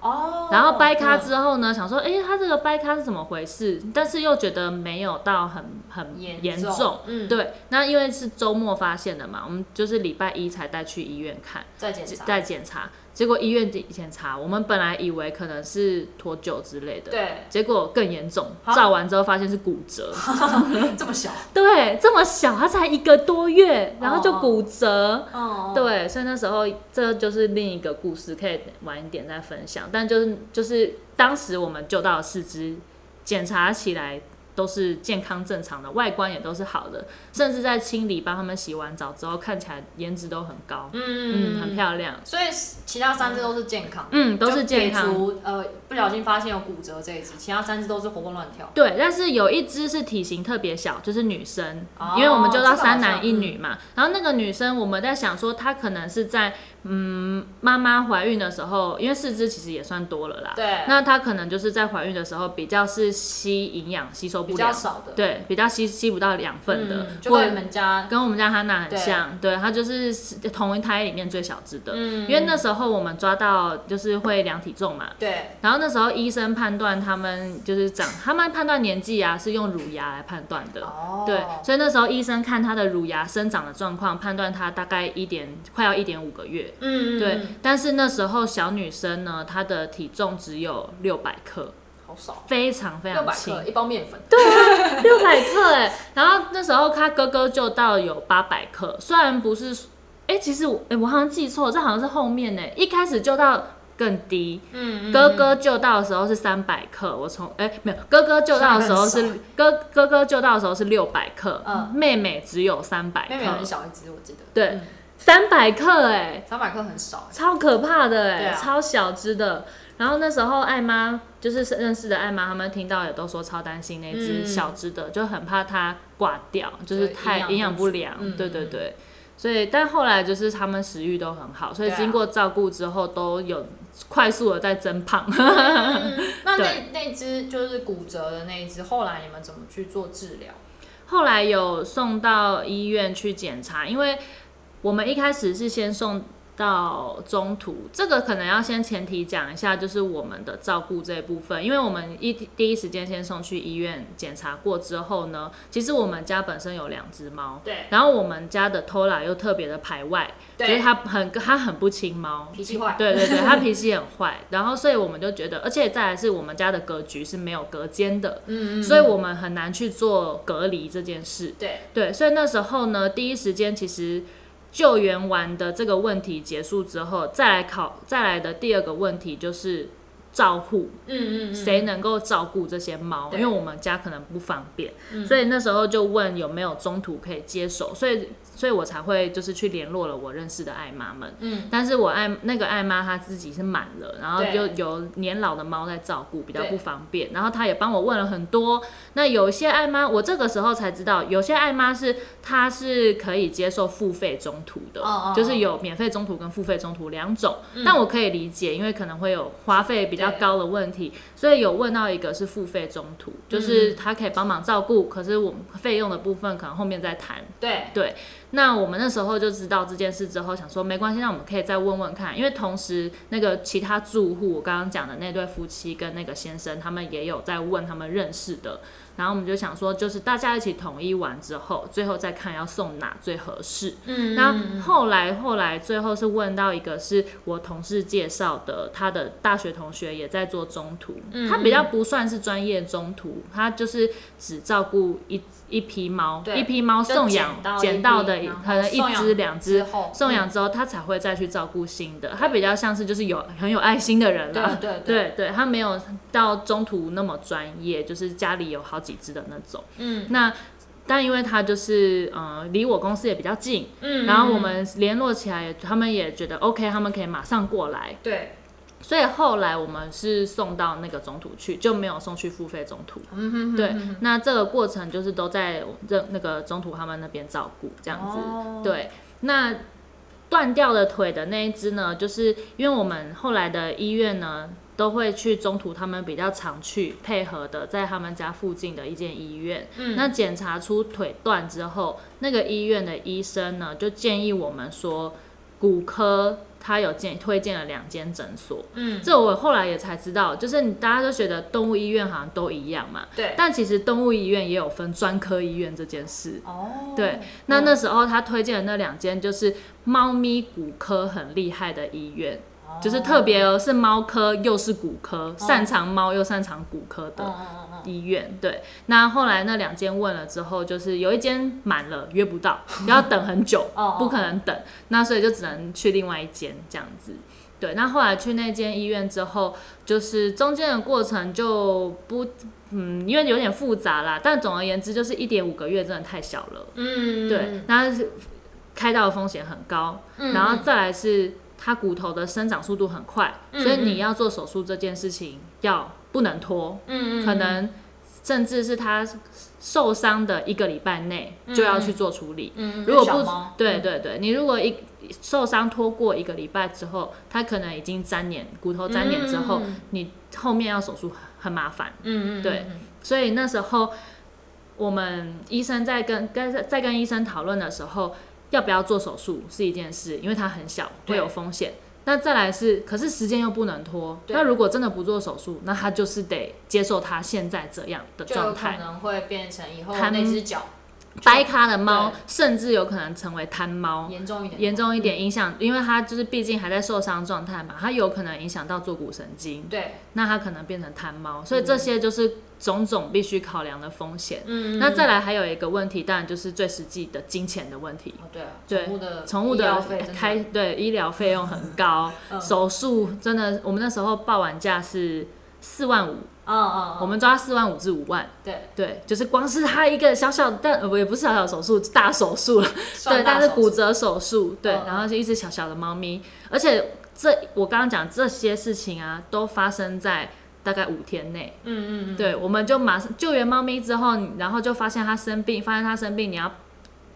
[SPEAKER 1] 哦，
[SPEAKER 2] 然后掰咖
[SPEAKER 1] 嗯
[SPEAKER 2] 之后呢，想说，哎、它这个掰咖是怎么回事？但是又觉得没有到很很
[SPEAKER 1] 严
[SPEAKER 2] 严
[SPEAKER 1] 重
[SPEAKER 2] 重，
[SPEAKER 1] 嗯
[SPEAKER 2] 对。那因为是周末发现的嘛，我们就是礼拜一才带去医院看，
[SPEAKER 1] 再检查，
[SPEAKER 2] 再检查。结果医院检查，我们本来以为可能是脱臼之类的，
[SPEAKER 1] 对，
[SPEAKER 2] 结果更严重，
[SPEAKER 1] 啊
[SPEAKER 2] 照完之后发现是骨折。
[SPEAKER 1] 这么小，
[SPEAKER 2] 对，这么小，它才一个多月，然后就
[SPEAKER 1] 哦
[SPEAKER 2] 骨折。
[SPEAKER 1] 哦，
[SPEAKER 2] 对，所以那时候这就是另一个故事，可以晚一点再分享。但就是就是当时我们救到的四肢，检查起来都是健康正常的，外观也都是好的，甚至在清理帮他们洗完澡之后，看起来颜值都很高，嗯，
[SPEAKER 1] 嗯
[SPEAKER 2] 很
[SPEAKER 1] 亮。
[SPEAKER 2] 漂亮，
[SPEAKER 1] 所以其他三只都是健康，
[SPEAKER 2] 嗯，都是健
[SPEAKER 1] 就
[SPEAKER 2] 康。
[SPEAKER 1] 撇除呃，不小心发现有骨折这一只，其他三只都是活蹦乱跳。
[SPEAKER 2] 对，但是有一只是体型特别小，就是女生，
[SPEAKER 1] 哦
[SPEAKER 2] 因为我们就
[SPEAKER 1] 这
[SPEAKER 2] 到
[SPEAKER 1] 个好
[SPEAKER 2] 三男
[SPEAKER 1] 像嗯
[SPEAKER 2] 一女嘛。然后那个女生，我们在想说，她可能是在嗯妈妈怀孕的时候，因为四肢其实也算多了啦，
[SPEAKER 1] 对，
[SPEAKER 2] 那她可能就是在怀孕的时候比较是吸营养吸收
[SPEAKER 1] 比
[SPEAKER 2] 不
[SPEAKER 1] 较
[SPEAKER 2] 良，
[SPEAKER 1] 少的，
[SPEAKER 2] 对，比较吸吸不到养分的，
[SPEAKER 1] 嗯就
[SPEAKER 2] 或
[SPEAKER 1] 跟你们家，
[SPEAKER 2] 跟我们家哈娜很像，对，她就是同一胎里面最小只的，
[SPEAKER 1] 嗯
[SPEAKER 2] 因为那时候我们抓到就是会量体重嘛。
[SPEAKER 1] 对，
[SPEAKER 2] 然后那时候医生判断他们就是长，他们判断年纪啊是用乳牙来判断的，
[SPEAKER 1] 哦，
[SPEAKER 2] 对，所以那时候医生看他的乳牙生长的状况，判断他大概一点快要一点五个月，
[SPEAKER 1] 嗯，嗯
[SPEAKER 2] 对
[SPEAKER 1] 嗯，
[SPEAKER 2] 但是那时候小女生呢，她的体重只有六百克，
[SPEAKER 1] 好少，
[SPEAKER 2] 非常非
[SPEAKER 1] 六
[SPEAKER 2] 常
[SPEAKER 1] 百
[SPEAKER 2] 轻
[SPEAKER 1] 克，一包面粉，
[SPEAKER 2] 六百克哎、然后那时候她哥哥就到有八百克，虽然不是，哎、其实我哎、我好像记错，这好像是后面呢、一开始就到更低。
[SPEAKER 1] 嗯
[SPEAKER 2] 哥哥救到的时候是三百克，我从哎、没有，哥哥救到的时候
[SPEAKER 1] 那很
[SPEAKER 2] 是哥哥哥救到的时候是六百克，
[SPEAKER 1] 嗯
[SPEAKER 2] 妹妹只有三百克，
[SPEAKER 1] 妹妹很小一只，我记得，
[SPEAKER 2] 对，三百克哎、
[SPEAKER 1] 三百克很少，欸
[SPEAKER 2] 超可怕的哎、
[SPEAKER 1] 对啊
[SPEAKER 2] 超小只的。然后那时候艾妈就是认识的艾妈，他们听到也都说超担心那只
[SPEAKER 1] 嗯
[SPEAKER 2] 小只的，就很怕它挂掉，就是
[SPEAKER 1] 对
[SPEAKER 2] 太营
[SPEAKER 1] 营
[SPEAKER 2] 养
[SPEAKER 1] 养
[SPEAKER 2] 不
[SPEAKER 1] 不
[SPEAKER 2] 良。
[SPEAKER 1] 嗯
[SPEAKER 2] 对
[SPEAKER 1] 嗯
[SPEAKER 2] 对对，所以但后来就是他们食欲都很好，所以
[SPEAKER 1] 对啊
[SPEAKER 2] 经过照顾之后都有快速的在增胖。
[SPEAKER 1] 那
[SPEAKER 2] 对
[SPEAKER 1] 那那只就是骨折的那一只，后来你们怎么去做治疗？
[SPEAKER 2] 后来有送到医院去检查，因为我们一开始是先送到中途，这个可能要先前提讲一下，就是我们的照顾这一部分，因为我们一第一时间先送去医院检查过之后呢，其实我们家本身有两只猫，
[SPEAKER 1] 对
[SPEAKER 2] 然后我们家的 Tola 又特别的排外，就是
[SPEAKER 1] 对，
[SPEAKER 2] 它很它很不亲猫，
[SPEAKER 1] 脾气坏，
[SPEAKER 2] 对对对，它脾气很坏，然后所以我们就觉得，而且再来是我们家的格局是没有隔间的，
[SPEAKER 1] 嗯
[SPEAKER 2] 所以我们很难去做隔离这件事。
[SPEAKER 1] 对，
[SPEAKER 2] 对，所以那时候呢，第一时间其实救援完的这个问题结束之后，再来考再来的第二个问题就是照护，
[SPEAKER 1] 嗯嗯嗯，
[SPEAKER 2] 谁能够照顾这些猫？因
[SPEAKER 1] 对
[SPEAKER 2] 为我们家可能不方便，
[SPEAKER 1] 嗯
[SPEAKER 2] 所以那时候就问有没有中途可以接手，所以所以我才会就是去联络了我认识的爱妈们。
[SPEAKER 1] 嗯，
[SPEAKER 2] 但是我爱那个爱妈她自己是满了，然后
[SPEAKER 1] 对
[SPEAKER 2] 又有年老的猫在照顾，比较
[SPEAKER 1] 对
[SPEAKER 2] 不方便。然后她也帮我问了很多。那有些爱妈，我这个时候才知道，有些爱妈是她是可以接受付费中途的，
[SPEAKER 1] 哦哦嗯
[SPEAKER 2] 就是有免费中途跟付费中途两种。但我可以理解，因为可能会有花费比较
[SPEAKER 1] 对嗯
[SPEAKER 2] 高的问题，所以有问到一个是付费中途，就是她可以帮忙照顾，可是我们费用的部分可能后面再谈。
[SPEAKER 1] 对，
[SPEAKER 2] 那我们那时候就知道这件事之后，想说没关系，那我们可以再问问看，因为同时那个其他住户，我刚刚讲的那对夫妻跟那个先生，他们也有在问他们认识的，然后我们就想说，就是大家一起统一完之后，最后再看要送哪最合适。
[SPEAKER 1] 嗯
[SPEAKER 2] 那后来后来最后是问到一个是我同事介绍的，他的大学同学也在做中途，
[SPEAKER 1] 嗯
[SPEAKER 2] 他比较不算是专业中途，他就是只照顾一一批猫，
[SPEAKER 1] 对
[SPEAKER 2] 一批猫
[SPEAKER 1] 就
[SPEAKER 2] 送
[SPEAKER 1] 捡
[SPEAKER 2] 养
[SPEAKER 1] 到一
[SPEAKER 2] 捡到
[SPEAKER 1] 批
[SPEAKER 2] 的
[SPEAKER 1] 然后
[SPEAKER 2] 可能一
[SPEAKER 1] 送养
[SPEAKER 2] 只两只
[SPEAKER 1] 之。后
[SPEAKER 2] 送养之后，他才会再去照顾新的。他比较像是就是有很有爱心的人
[SPEAKER 1] 嗯对
[SPEAKER 2] 啦，
[SPEAKER 1] 对对，
[SPEAKER 2] 对对，他没有到中途那么专业，就是家里有好几只的那种。
[SPEAKER 1] 嗯
[SPEAKER 2] 那但因为他就是呃离我公司也比较近，
[SPEAKER 1] 嗯
[SPEAKER 2] 然后我们联络起来也，他们也觉得 OK，他们可以马上过来，
[SPEAKER 1] 对，
[SPEAKER 2] 所以后来我们是送到那个中途去，就没有送去付费中途。
[SPEAKER 1] 嗯哼哼
[SPEAKER 2] 对，那这个过程就是都在这那个中途他们那边照顾这样子。
[SPEAKER 1] 哦
[SPEAKER 2] 对，那断掉的腿的那一只呢，就是因为我们后来的医院呢，都会去中途他们比较常去配合的，在他们家附近的一间医院。
[SPEAKER 1] 嗯
[SPEAKER 2] 那检查出腿断之后，那个医院的医生呢，就建议我们说，骨科他有建推荐了两间诊所。
[SPEAKER 1] 嗯
[SPEAKER 2] 这我后来也才知道，就是你大家都觉得动物医院好像都一样嘛，
[SPEAKER 1] 对，
[SPEAKER 2] 但其实动物医院也有分专科医院这件事。
[SPEAKER 1] 哦
[SPEAKER 2] 对，那那时候他推荐的那两间就是猫咪骨科很厉害的医院，就是特别哦，是猫科又是骨科，擅长猫又擅长骨科
[SPEAKER 1] 嗯
[SPEAKER 2] 的
[SPEAKER 1] 嗯嗯
[SPEAKER 2] 医院。对，那后来那两间问了之后，就是有一间满了约不到，要等很久
[SPEAKER 1] 哦哦，
[SPEAKER 2] 不可能等，那所以就只能去另外一间这样子。对，那后来去那间医院之后，就是中间的过程就不，嗯，因为有点复杂啦。但总而言之，就是一点五个月真的太小了。
[SPEAKER 1] 嗯
[SPEAKER 2] 对，那是开刀的风险很高，然后再来是它骨头的生长速度很快，所以你要做手术这件事情要不能拖，
[SPEAKER 1] 嗯
[SPEAKER 2] 可能甚至是它受伤的一个礼拜内就要去做处理。
[SPEAKER 1] 嗯
[SPEAKER 2] 如果
[SPEAKER 1] 小
[SPEAKER 2] 不
[SPEAKER 1] 猫
[SPEAKER 2] 对对对，你如果一受伤拖过一个礼拜之后，它可能已经粘连骨头粘连之
[SPEAKER 1] 嗯
[SPEAKER 2] 后，你后面要手术很很麻烦。
[SPEAKER 1] 嗯嗯
[SPEAKER 2] 对所以那时候我们医生在跟跟在跟医生讨论的时候，要不要做手术是一件事，因为它很小，
[SPEAKER 1] 对
[SPEAKER 2] 会有风险。那再来是，可是时间又不能拖。
[SPEAKER 1] 对
[SPEAKER 2] 那如果真的不做手术，那他就是得接受他现在这样的
[SPEAKER 1] 就有
[SPEAKER 2] 状
[SPEAKER 1] 可
[SPEAKER 2] 态。
[SPEAKER 1] 能会变成以后
[SPEAKER 2] 贪
[SPEAKER 1] 那只脚
[SPEAKER 2] 掰咖的猫
[SPEAKER 1] 对
[SPEAKER 2] 甚至有可能成为贪猫，
[SPEAKER 1] 严重一点，
[SPEAKER 2] 严重一点影响，因为它就是毕竟还在受伤状态嘛，它有可能影响到坐骨神经。
[SPEAKER 1] 对，
[SPEAKER 2] 那它可能变成贪猫，所以这些就是种种必须考量的风险。嗯，那再来还有一个问题，当然就是最实际的金钱的问题。
[SPEAKER 1] 哦对啊，
[SPEAKER 2] 对
[SPEAKER 1] 宠物的
[SPEAKER 2] 宠物
[SPEAKER 1] 医
[SPEAKER 2] 的
[SPEAKER 1] 药费真的
[SPEAKER 2] 开对医疗费用很高，
[SPEAKER 1] 嗯
[SPEAKER 2] 手术真的，我们那时候报完价是四万五，
[SPEAKER 1] 嗯嗯
[SPEAKER 2] 我
[SPEAKER 1] 嗯
[SPEAKER 2] 们抓四万五至五万，
[SPEAKER 1] 对，
[SPEAKER 2] 对，就是光是它一个小小的，但呃也不是小小的手术，大手术了，
[SPEAKER 1] 算
[SPEAKER 2] 对，
[SPEAKER 1] 大
[SPEAKER 2] 但是
[SPEAKER 1] 手
[SPEAKER 2] 骨
[SPEAKER 1] 术
[SPEAKER 2] 折手术，对，
[SPEAKER 1] 嗯
[SPEAKER 2] 然后是一只小小的猫咪，而且这我刚刚讲这些事情啊，都发生在大概五天内，
[SPEAKER 1] 嗯嗯嗯
[SPEAKER 2] 对，我们就马上救援猫咪之后，然后就发现它生病，发现它生病，你要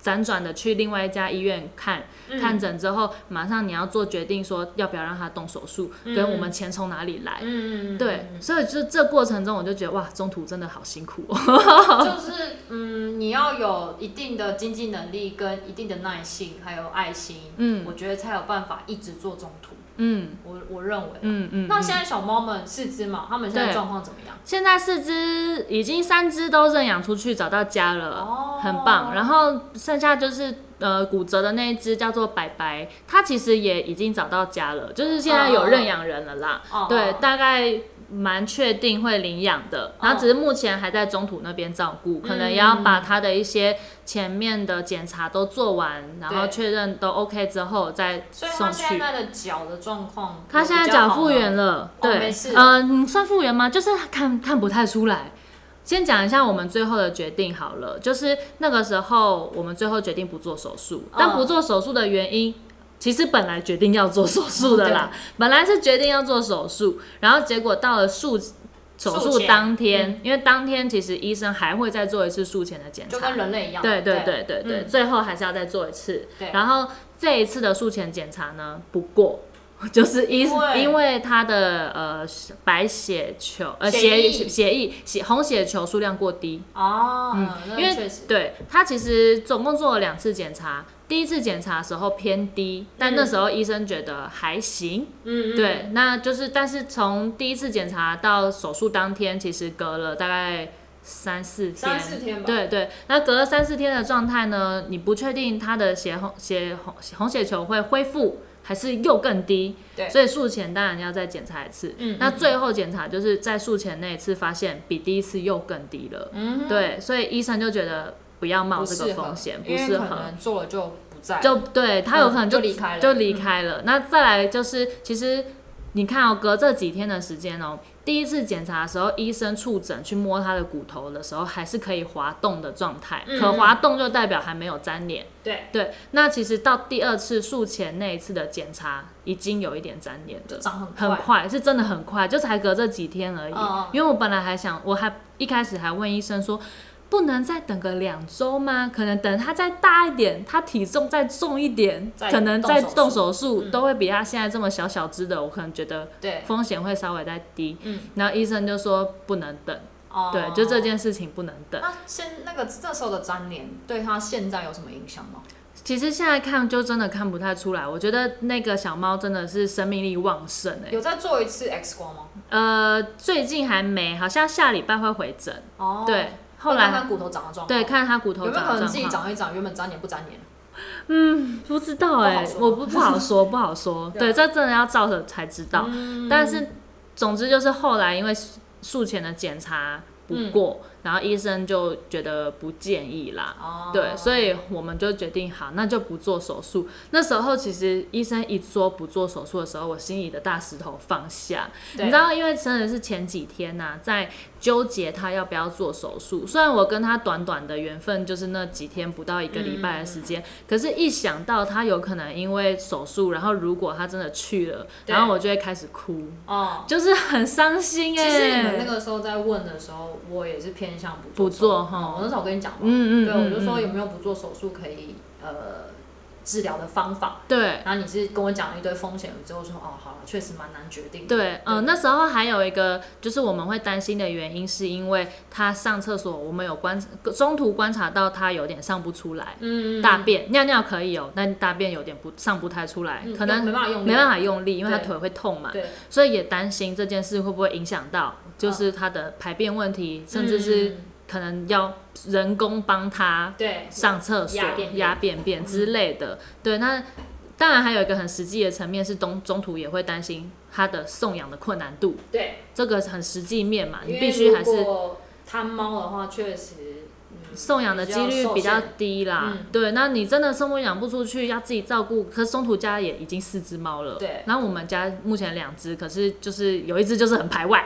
[SPEAKER 2] 辗转的去另外一家医院看、
[SPEAKER 1] 嗯
[SPEAKER 2] 看诊之后，马上你要做决定说要不要让它动手术，跟我们钱从哪里来。
[SPEAKER 1] 嗯嗯嗯嗯
[SPEAKER 2] 对，所以就这过程中，我就觉得哇，中途真的好辛苦哦。
[SPEAKER 1] 就是嗯，你要有一定的经济能力跟一定的耐性，还有爱心，
[SPEAKER 2] 嗯
[SPEAKER 1] 我觉得才有办法一直做中途。
[SPEAKER 2] 嗯
[SPEAKER 1] 我我认为，
[SPEAKER 2] 嗯嗯。
[SPEAKER 1] 那
[SPEAKER 2] 嗯
[SPEAKER 1] 现在小猫们四只嘛，它们现在
[SPEAKER 2] 对
[SPEAKER 1] 状况怎么样？
[SPEAKER 2] 现在四只已经三只都认养出去，找到家了，
[SPEAKER 1] 哦
[SPEAKER 2] 很棒。然后剩下就是呃骨折的那一只叫做白白，它其实也已经找到家了，就是现在有认养人了啦。
[SPEAKER 1] 哦
[SPEAKER 2] 对，大概蛮确定会领养的，
[SPEAKER 1] 哦
[SPEAKER 2] 然后只是目前还在中途那边照
[SPEAKER 1] 嗯
[SPEAKER 2] 顾，可能也要把它的一些前面的检查都做完，然后
[SPEAKER 1] 对
[SPEAKER 2] 确认都 OK 之后再
[SPEAKER 1] 所以它
[SPEAKER 2] 送
[SPEAKER 1] 现
[SPEAKER 2] 去。
[SPEAKER 1] 在的脚的状况，
[SPEAKER 2] 它现在脚复原。了，
[SPEAKER 1] 哦
[SPEAKER 2] 对，
[SPEAKER 1] 没事
[SPEAKER 2] 呃，你算复原吗？就是看看不太出来，先讲一下我们最后的决定好了，就是那个时候我们最后决定不做手术，
[SPEAKER 1] 嗯
[SPEAKER 2] 但不做手术的原因。其实本来决定要做手术的
[SPEAKER 1] 哦
[SPEAKER 2] 啦，本来是决定要做手术，然后结果到了术手
[SPEAKER 1] 术
[SPEAKER 2] 术
[SPEAKER 1] 前嗯
[SPEAKER 2] 当天，因为当天其实医生还会再做一次术前的检查，
[SPEAKER 1] 就跟人类一样。
[SPEAKER 2] 对对对对对，
[SPEAKER 1] 嗯
[SPEAKER 2] 最后还是要再做一次。
[SPEAKER 1] 对
[SPEAKER 2] 然后这一次的术前检查呢，不过就是因
[SPEAKER 1] 因为
[SPEAKER 2] 因为他的呃白血球呃
[SPEAKER 1] 血
[SPEAKER 2] 血
[SPEAKER 1] 液
[SPEAKER 2] 血液血红血球数量过低，
[SPEAKER 1] 哦，那
[SPEAKER 2] 嗯因为
[SPEAKER 1] 确实
[SPEAKER 2] 对他其实总共做了两次检查。第一次检查的时候偏低，但那时候医生觉得还行，
[SPEAKER 1] 嗯嗯，嗯
[SPEAKER 2] 对，那就是但是从第一次检查到手术当天，其实隔了大概三四天，
[SPEAKER 1] 三四天吧。
[SPEAKER 2] 对对，那隔了三四天的状态呢，你不确定他的血红血红红血球会恢复还是又更低，
[SPEAKER 1] 对
[SPEAKER 2] 所以术前当然要再检查一次。
[SPEAKER 1] 嗯
[SPEAKER 2] 那最后检查就是在术前那一次发现比第一次又更低了，
[SPEAKER 1] 嗯，
[SPEAKER 2] 对，所以医生就觉得不要冒
[SPEAKER 1] 不
[SPEAKER 2] 这
[SPEAKER 1] 适
[SPEAKER 2] 个
[SPEAKER 1] 合
[SPEAKER 2] 风险，不
[SPEAKER 1] 因为
[SPEAKER 2] 适
[SPEAKER 1] 可
[SPEAKER 2] 合。
[SPEAKER 1] 能做了就不在了，
[SPEAKER 2] 就对他有可能
[SPEAKER 1] 嗯就离开了
[SPEAKER 2] 就离开
[SPEAKER 1] 嗯
[SPEAKER 2] 了。那再来就是，其实你看哦，隔这几天的时间哦，第一次检查的时候，医生触诊去摸他的骨头的时候，还是可以滑动的状态，
[SPEAKER 1] 嗯
[SPEAKER 2] 可滑动就代表还没有粘连。
[SPEAKER 1] 对，
[SPEAKER 2] 对，那其实到第二次术前那一次的检查，已经有一点粘连
[SPEAKER 1] 就
[SPEAKER 2] 了。
[SPEAKER 1] 长很
[SPEAKER 2] 很快，是真的很快，就才隔这几天而已。
[SPEAKER 1] 嗯嗯
[SPEAKER 2] 因为我本来还想，我还一开始还问医生说，不能再等个两周吗？可能等他再大一点，他体重再重一点，
[SPEAKER 1] 再
[SPEAKER 2] 可能
[SPEAKER 1] 动
[SPEAKER 2] 再
[SPEAKER 1] 手术
[SPEAKER 2] 动手术、
[SPEAKER 1] 嗯
[SPEAKER 2] 都会比他现在这么小小只的，我可能觉得
[SPEAKER 1] 对，
[SPEAKER 2] 风险会稍微再低。
[SPEAKER 1] 嗯，
[SPEAKER 2] 然后医生就说不能等，
[SPEAKER 1] 哦，
[SPEAKER 2] 对，就这。件事情不能等。
[SPEAKER 1] 那现那个这时候的粘连对他现在有什么影响吗？
[SPEAKER 2] 其实现在看就真的看不太出来，我觉得那个小猫真的是生命力旺盛哎、
[SPEAKER 1] 有再做一次 X 光吗？
[SPEAKER 2] 呃，最近还没，好像下礼拜会回诊。
[SPEAKER 1] 哦，
[SPEAKER 2] 对，后
[SPEAKER 1] 会
[SPEAKER 2] 来
[SPEAKER 1] 看看骨头长的状况，
[SPEAKER 2] 对，看他骨
[SPEAKER 1] 有
[SPEAKER 2] 头
[SPEAKER 1] 没有
[SPEAKER 2] 长
[SPEAKER 1] 可
[SPEAKER 2] 的
[SPEAKER 1] 能自己
[SPEAKER 2] 状况，
[SPEAKER 1] 长一长，原本粘连不粘连？
[SPEAKER 2] 不知道哎、
[SPEAKER 1] 不好说
[SPEAKER 2] 我不不好说， 不好说，对，
[SPEAKER 1] 对啊嗯
[SPEAKER 2] 这真的要照着才知道。但是总之就是后来因为术前的检查不
[SPEAKER 1] 嗯
[SPEAKER 2] 过，然后医生就觉得不建议啦。
[SPEAKER 1] 哦，
[SPEAKER 2] 对，所以我们就决定好，那就不做手术。那时候其实医生一说不做手术的时候，我心里的大石头放下。你
[SPEAKER 1] 对
[SPEAKER 2] 知道，因为真的是前几天呐、在纠结他要不要做手术。虽然我跟他短短的缘分就是那几天不到一个礼拜的时
[SPEAKER 1] 嗯
[SPEAKER 2] 间，可是一想到他有可能因为手术，然后如果他真的去了，
[SPEAKER 1] 对
[SPEAKER 2] 然后我就会开始哭，
[SPEAKER 1] 哦，
[SPEAKER 2] 就是很伤心哎、
[SPEAKER 1] 其实你们那个时候在问的时候，我也是偏向不
[SPEAKER 2] 不做
[SPEAKER 1] 手术哦
[SPEAKER 2] 哈
[SPEAKER 1] 我那时候我跟你讲嘛，
[SPEAKER 2] 嗯嗯
[SPEAKER 1] 对，
[SPEAKER 2] 嗯
[SPEAKER 1] 我就说
[SPEAKER 2] 嗯
[SPEAKER 1] 有没有不做手术可以呃治疗的方法，
[SPEAKER 2] 对。
[SPEAKER 1] 然后你是跟我讲了一堆风险之后说哦，好了，确实蛮难决定的。
[SPEAKER 2] 对，嗯、那时候还有一个就是我们会担心的原因，是因为他上厕所，我们有观中途观察到他有点上不出来，
[SPEAKER 1] 嗯，嗯，
[SPEAKER 2] 大便尿尿可以哦，但大便有点不上不太出来，
[SPEAKER 1] 嗯
[SPEAKER 2] 可能
[SPEAKER 1] 没办法用力，
[SPEAKER 2] 没办法用力，因为他
[SPEAKER 1] 对
[SPEAKER 2] 腿会痛嘛，
[SPEAKER 1] 对，
[SPEAKER 2] 所以也担心这件事会不会影响到就是他的排便问题，甚至是
[SPEAKER 1] 嗯
[SPEAKER 2] 可能要人工帮他
[SPEAKER 1] 对
[SPEAKER 2] 上厕所
[SPEAKER 1] 压便便
[SPEAKER 2] 压便便之类的。对，那当然还有一个很实际的层面是中中途也会担心他的送养的困难度，
[SPEAKER 1] 对，
[SPEAKER 2] 这个很实际面嘛，啊你
[SPEAKER 1] 因
[SPEAKER 2] 必
[SPEAKER 1] 为
[SPEAKER 2] 须
[SPEAKER 1] 如
[SPEAKER 2] 还是
[SPEAKER 1] 果贪猫的话，确实嗯
[SPEAKER 2] 送养的几率比较低啦。
[SPEAKER 1] 嗯
[SPEAKER 2] 对，那你真的送不养不出去，要自己照顾。可是中途家也已经四只猫了，
[SPEAKER 1] 对
[SPEAKER 2] 然后我们家目前两只，可是就是有一只就是很 排外，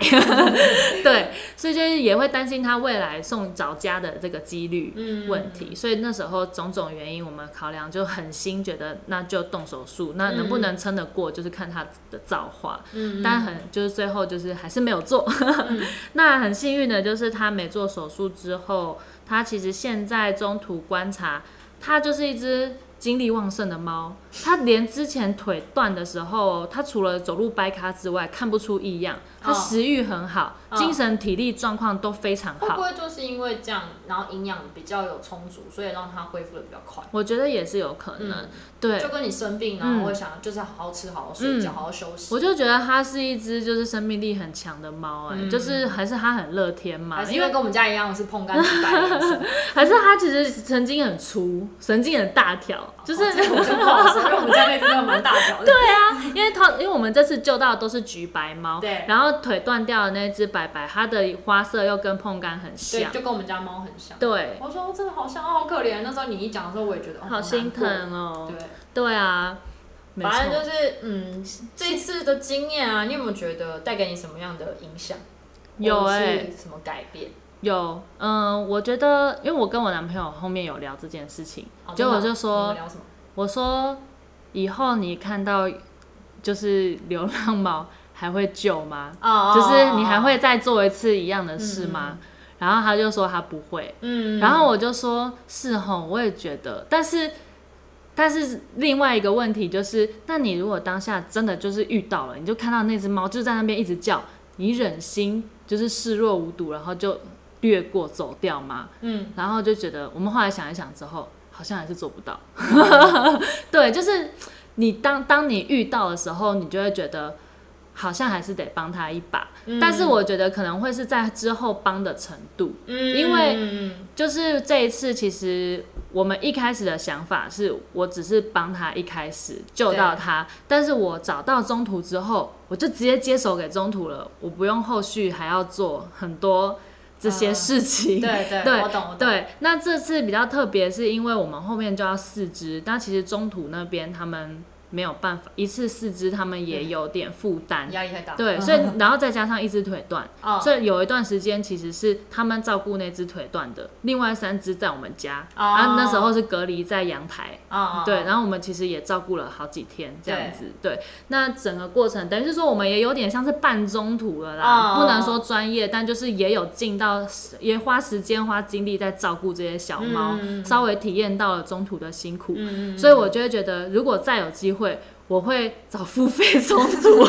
[SPEAKER 2] 对，所以就是也会担心它未来送找家的这个几率
[SPEAKER 1] 嗯
[SPEAKER 2] 问题。所以那时候种种原因，我们考量就狠心觉得那就动手术，那能不能撑得过，就是看它的造化。
[SPEAKER 1] 嗯，
[SPEAKER 2] 但很就是最后就是还是没有做。 那很幸运的就是他没做手术之后，他其实现在中途观察，他就是一只精力旺盛的猫。他连之前腿断的时候，他除了走路掰咖之外，看不出异样。他
[SPEAKER 1] 哦
[SPEAKER 2] 食欲很好，
[SPEAKER 1] 哦
[SPEAKER 2] 精神体力状况都非常
[SPEAKER 1] 会不
[SPEAKER 2] 好。
[SPEAKER 1] 会就是因为这样，然后营养比较有充足，所以让它恢复的比较快？
[SPEAKER 2] 我觉得也是有可能，
[SPEAKER 1] 嗯
[SPEAKER 2] 对
[SPEAKER 1] 就。跟你生病，然后会想就是好好吃、好好睡觉、
[SPEAKER 2] 嗯
[SPEAKER 1] 好好休息，
[SPEAKER 2] 我就觉得它是一只就是生命力很强的猫、哎、
[SPEAKER 1] 嗯
[SPEAKER 2] 就是还是它很乐天嘛，
[SPEAKER 1] 还是
[SPEAKER 2] 因
[SPEAKER 1] 因
[SPEAKER 2] 为
[SPEAKER 1] 为跟我们家一样是碰干几百年生病，
[SPEAKER 2] 还是他其实神经很粗，神经很大条， 就是、
[SPEAKER 1] 哦这个我就不好说，因为我们家那只真的蛮大条的。对，
[SPEAKER 2] 因为他因为我们这次救到的都是橘白猫，
[SPEAKER 1] 对
[SPEAKER 2] 然后腿断掉的那只白白，它的花色又跟碰柑很像，
[SPEAKER 1] 就跟我们家猫很像。
[SPEAKER 2] 对，
[SPEAKER 1] 我说真的好像哦，好可怜。那时候你一讲的时候，我也觉得哦
[SPEAKER 2] 好心疼。
[SPEAKER 1] 难过
[SPEAKER 2] 哦，
[SPEAKER 1] 对，
[SPEAKER 2] 对啊，没
[SPEAKER 1] 反正
[SPEAKER 2] 错，
[SPEAKER 1] 就是嗯，这次的经验啊，你有没有觉得带给你什么样的影响？
[SPEAKER 2] 有
[SPEAKER 1] 哎、
[SPEAKER 2] 欸
[SPEAKER 1] 什么改变？
[SPEAKER 2] 有，嗯，我觉得，因为我跟我男朋友后面有聊这件事情，
[SPEAKER 1] 哦
[SPEAKER 2] 结果我
[SPEAKER 1] 真的
[SPEAKER 2] 就
[SPEAKER 1] 哦
[SPEAKER 2] 说
[SPEAKER 1] 你们聊什么？
[SPEAKER 2] 我说以后你看到就是流浪猫还会救吗？
[SPEAKER 1] 啊
[SPEAKER 2] 就是你还，会再做一次一样的事吗？然后他就说他不会，
[SPEAKER 1] 嗯
[SPEAKER 2] 然后我就说是吼，我也觉得，但是但是另外一个问题就是，那你如果当下真的就是遇到了，你就看到那只猫就在那边一直叫，你忍心就是视若无睹，然后就略过走掉吗？
[SPEAKER 1] 嗯，
[SPEAKER 2] 然后就觉得我们后来想一想之后，好像还是做不到。 对，就是你当当你遇到的时候，你就会觉得好像还是得帮他一把，
[SPEAKER 1] 嗯
[SPEAKER 2] 但是我觉得可能会是在之后帮的程度。
[SPEAKER 1] 嗯
[SPEAKER 2] 因为
[SPEAKER 1] 嗯
[SPEAKER 2] 就是这一次，其实我们一开始的想法是我只是帮他一开始救到他，但是我找到中途之后，我就直接接手给中途了，我不用后续还要做很多这些
[SPEAKER 1] 嗯
[SPEAKER 2] 事情。
[SPEAKER 1] 对对
[SPEAKER 2] 对
[SPEAKER 1] 我懂我懂，
[SPEAKER 2] 对，那这次比较特别，是因为我们后面就要四肢，但其实中途那边他们没有办法，一次四肢他们
[SPEAKER 1] 嗯
[SPEAKER 2] 也有点负担。
[SPEAKER 1] 压力太大，
[SPEAKER 2] 对，
[SPEAKER 1] 嗯
[SPEAKER 2] 所以然后再加上一只腿断，
[SPEAKER 1] 哦
[SPEAKER 2] 所以有一段时间其实是他们照顾那只腿断的，另外三只在我们家，
[SPEAKER 1] 哦
[SPEAKER 2] 啊那时候是隔离在阳台，
[SPEAKER 1] 啊
[SPEAKER 2] 对，
[SPEAKER 1] 后
[SPEAKER 2] 然后我们其实也照顾了好几天这样子，对。那整个过程等于是说我们也有点像是半中途了啦，
[SPEAKER 1] 嗯
[SPEAKER 2] 不能说专业，但就是也有尽到，也花时间花精力在照顾这些小猫，稍微体验到了中途的辛苦，
[SPEAKER 1] 嗯
[SPEAKER 2] 所以我就会觉得如果再有机会。我会找付费中 途，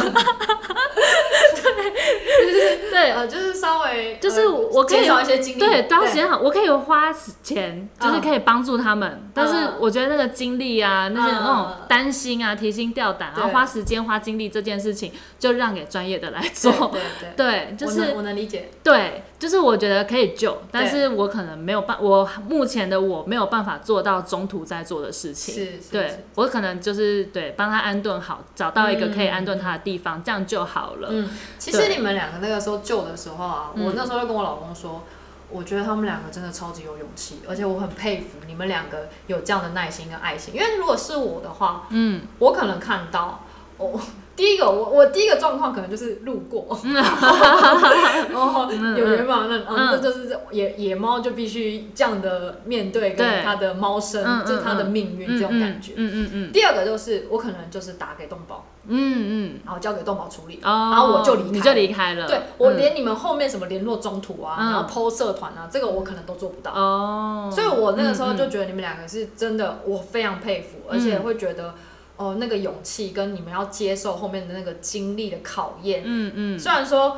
[SPEAKER 2] 对对，
[SPEAKER 1] 呃就是稍微
[SPEAKER 2] 就是
[SPEAKER 1] 呃
[SPEAKER 2] 我可以
[SPEAKER 1] 减少一些精力，
[SPEAKER 2] 对，当时好，我可以花钱，就是
[SPEAKER 1] 嗯
[SPEAKER 2] 可以帮助他们，但是我觉得那个精力啊，那些
[SPEAKER 1] 嗯
[SPEAKER 2] 那种担心啊、提心吊胆，然后
[SPEAKER 1] 对
[SPEAKER 2] 花时间、花精力这件事情，就让给专业的来
[SPEAKER 1] 对
[SPEAKER 2] 做。
[SPEAKER 1] 对对，
[SPEAKER 2] 对，就
[SPEAKER 1] 我能
[SPEAKER 2] 是
[SPEAKER 1] 我能理解，
[SPEAKER 2] 对，就是我觉得可以救，但
[SPEAKER 1] 对
[SPEAKER 2] 是我可能没有办，我目前的我没有办法做到中途在做的事情。
[SPEAKER 1] 是，是
[SPEAKER 2] 对
[SPEAKER 1] 是
[SPEAKER 2] 我可能就是对帮他安顿好，找到一个可以
[SPEAKER 1] 嗯
[SPEAKER 2] 安顿他的地方，这样就好了。
[SPEAKER 1] 嗯，其实你们两个那个时候救的时候啊，
[SPEAKER 2] 嗯
[SPEAKER 1] 我那时候就跟我老公说，我觉得他们两个真的超级有勇气，而且我很佩服你们两个有这样的耐心跟爱心。因为如果是我的话，
[SPEAKER 2] 嗯，
[SPEAKER 1] 我可能看到我。第一个，我我第一个状况可能就是路 过，哦，有人嘛，那
[SPEAKER 2] 嗯
[SPEAKER 1] 嗯，这就是野野猫就必须这样的面对
[SPEAKER 2] 对
[SPEAKER 1] 跟它的猫
[SPEAKER 2] 嗯
[SPEAKER 1] 生，
[SPEAKER 2] 嗯
[SPEAKER 1] 就是它的命运这种感觉。
[SPEAKER 2] 嗯嗯嗯
[SPEAKER 1] 第二个就是我可能就是打给动保，
[SPEAKER 2] 嗯嗯。
[SPEAKER 1] 然后交给动保处理，
[SPEAKER 2] 哦，
[SPEAKER 1] 然后我就离开
[SPEAKER 2] 你就离开了。
[SPEAKER 1] 对我
[SPEAKER 2] 嗯、
[SPEAKER 1] 连你们后面什么联络中途啊，
[SPEAKER 2] 嗯
[SPEAKER 1] 然后 PO 社团啊，这个我可能都做不到。
[SPEAKER 2] 哦，
[SPEAKER 1] 所以我那个时候就觉得你们两个是真的，我非常佩服，而
[SPEAKER 2] 嗯
[SPEAKER 1] 且会觉得哦，那个勇气跟你们要接受后面的那个经历的考验，
[SPEAKER 2] 嗯嗯
[SPEAKER 1] 虽然说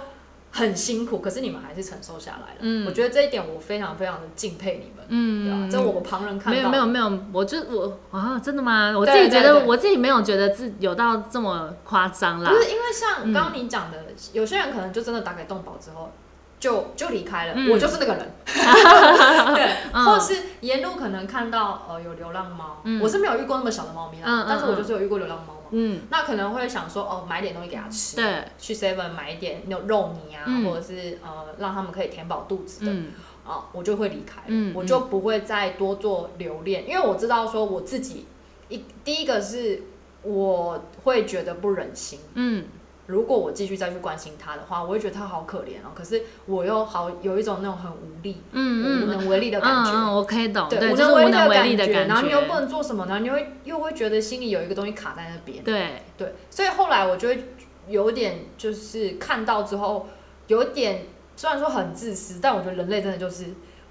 [SPEAKER 1] 很辛苦，可是你们还是承受下来了。
[SPEAKER 2] 嗯
[SPEAKER 1] 我觉得这一点我非常非常的敬佩你们，对啊
[SPEAKER 2] 嗯，，
[SPEAKER 1] 这我们旁人看
[SPEAKER 2] 没有
[SPEAKER 1] 到
[SPEAKER 2] 没有没有，我就我啊，真的吗？我自
[SPEAKER 1] 对
[SPEAKER 2] 己觉
[SPEAKER 1] 对
[SPEAKER 2] 得
[SPEAKER 1] 对
[SPEAKER 2] 我自己没有觉得自有到这么夸张啦
[SPEAKER 1] 不。是因为像刚刚你讲的，有些人可能就真的打给动保之后就就离开了，
[SPEAKER 2] 嗯
[SPEAKER 1] 我就是那个 人，对，
[SPEAKER 2] 嗯
[SPEAKER 1] 或是沿路可能看到呃有流浪猫，
[SPEAKER 2] 嗯
[SPEAKER 1] 我是没有遇过那么小的猫咪啦，
[SPEAKER 2] 嗯嗯
[SPEAKER 1] 但是我就是有遇过流浪猫嘛，
[SPEAKER 2] 嗯，
[SPEAKER 1] 那可能会想说哦买点东西给它吃，
[SPEAKER 2] 对，
[SPEAKER 1] 去 Seven 买一点那种肉泥啊，
[SPEAKER 2] 嗯
[SPEAKER 1] 或者是呃让他们可以填饱肚子的，
[SPEAKER 2] 嗯
[SPEAKER 1] 啊，我就会离开了，
[SPEAKER 2] 嗯
[SPEAKER 1] 我就不会再多做留恋，因为我知道说我自己一第一个是我会觉得不忍心。
[SPEAKER 2] 嗯
[SPEAKER 1] 如果我继续再去关心他的话，我会觉得他好可怜哦。可是我又好有一种那种很无力、
[SPEAKER 2] 嗯嗯
[SPEAKER 1] 无
[SPEAKER 2] 嗯
[SPEAKER 1] 能为力的感觉。
[SPEAKER 2] 嗯嗯，我可以懂，
[SPEAKER 1] 对，
[SPEAKER 2] 就是
[SPEAKER 1] 为
[SPEAKER 2] 无能为力
[SPEAKER 1] 的
[SPEAKER 2] 的感
[SPEAKER 1] 然后你又不能做什么，然后你会又会觉得心里有一个东西卡在那边。
[SPEAKER 2] 对，
[SPEAKER 1] 对，所以后来我就会有点就是看到之后，有点虽然说很自私，但我觉得人类真的就是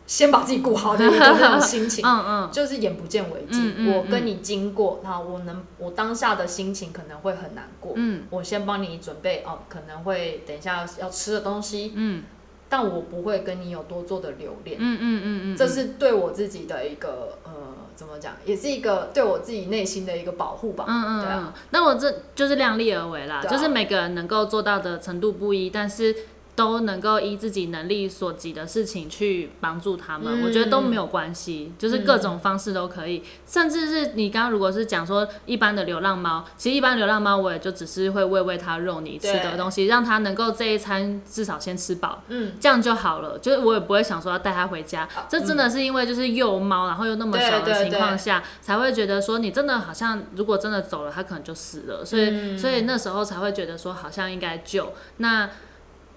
[SPEAKER 1] 先把自己顾好的一个那种心情。
[SPEAKER 2] 嗯嗯
[SPEAKER 1] 就是眼不见为净，
[SPEAKER 2] 嗯嗯
[SPEAKER 1] 我跟你经过，那我能，我当下的心情可能会很难过，
[SPEAKER 2] 嗯
[SPEAKER 1] 我先帮你准备哦，可能会等一下要吃的东西，
[SPEAKER 2] 嗯
[SPEAKER 1] 但我不会跟你有多做的留恋，
[SPEAKER 2] 嗯嗯嗯嗯，
[SPEAKER 1] 这是对我自己的一个呃，怎么讲，也是一个对我自己内心的一个保护吧。
[SPEAKER 2] 嗯嗯
[SPEAKER 1] 对啊
[SPEAKER 2] 嗯，那我这就是量力而为啦，
[SPEAKER 1] 对啊
[SPEAKER 2] 就是每个人能够做到的程度不一，但是都能够依自己能力所及的事情去帮助他
[SPEAKER 1] 嗯
[SPEAKER 2] 们，我觉得都没有关系，就是各种方式都可以，甚至是你刚刚如果是讲说一般的流浪猫，其实一般流浪猫我也就只是会喂喂它肉泥吃的
[SPEAKER 1] 对
[SPEAKER 2] 东西，让它能够这一餐至少先吃饱，
[SPEAKER 1] 嗯，
[SPEAKER 2] 这样就好了，就是我也不会想说要带它回家。这真的是因为就是幼猫，然后又那么小
[SPEAKER 1] 嗯对
[SPEAKER 2] 的
[SPEAKER 1] 对
[SPEAKER 2] 情况下，才会觉得说你真的好像如果真的走了，它可能就死了。所以、
[SPEAKER 1] 嗯
[SPEAKER 2] 所以那时候才会觉得说好像应该救。那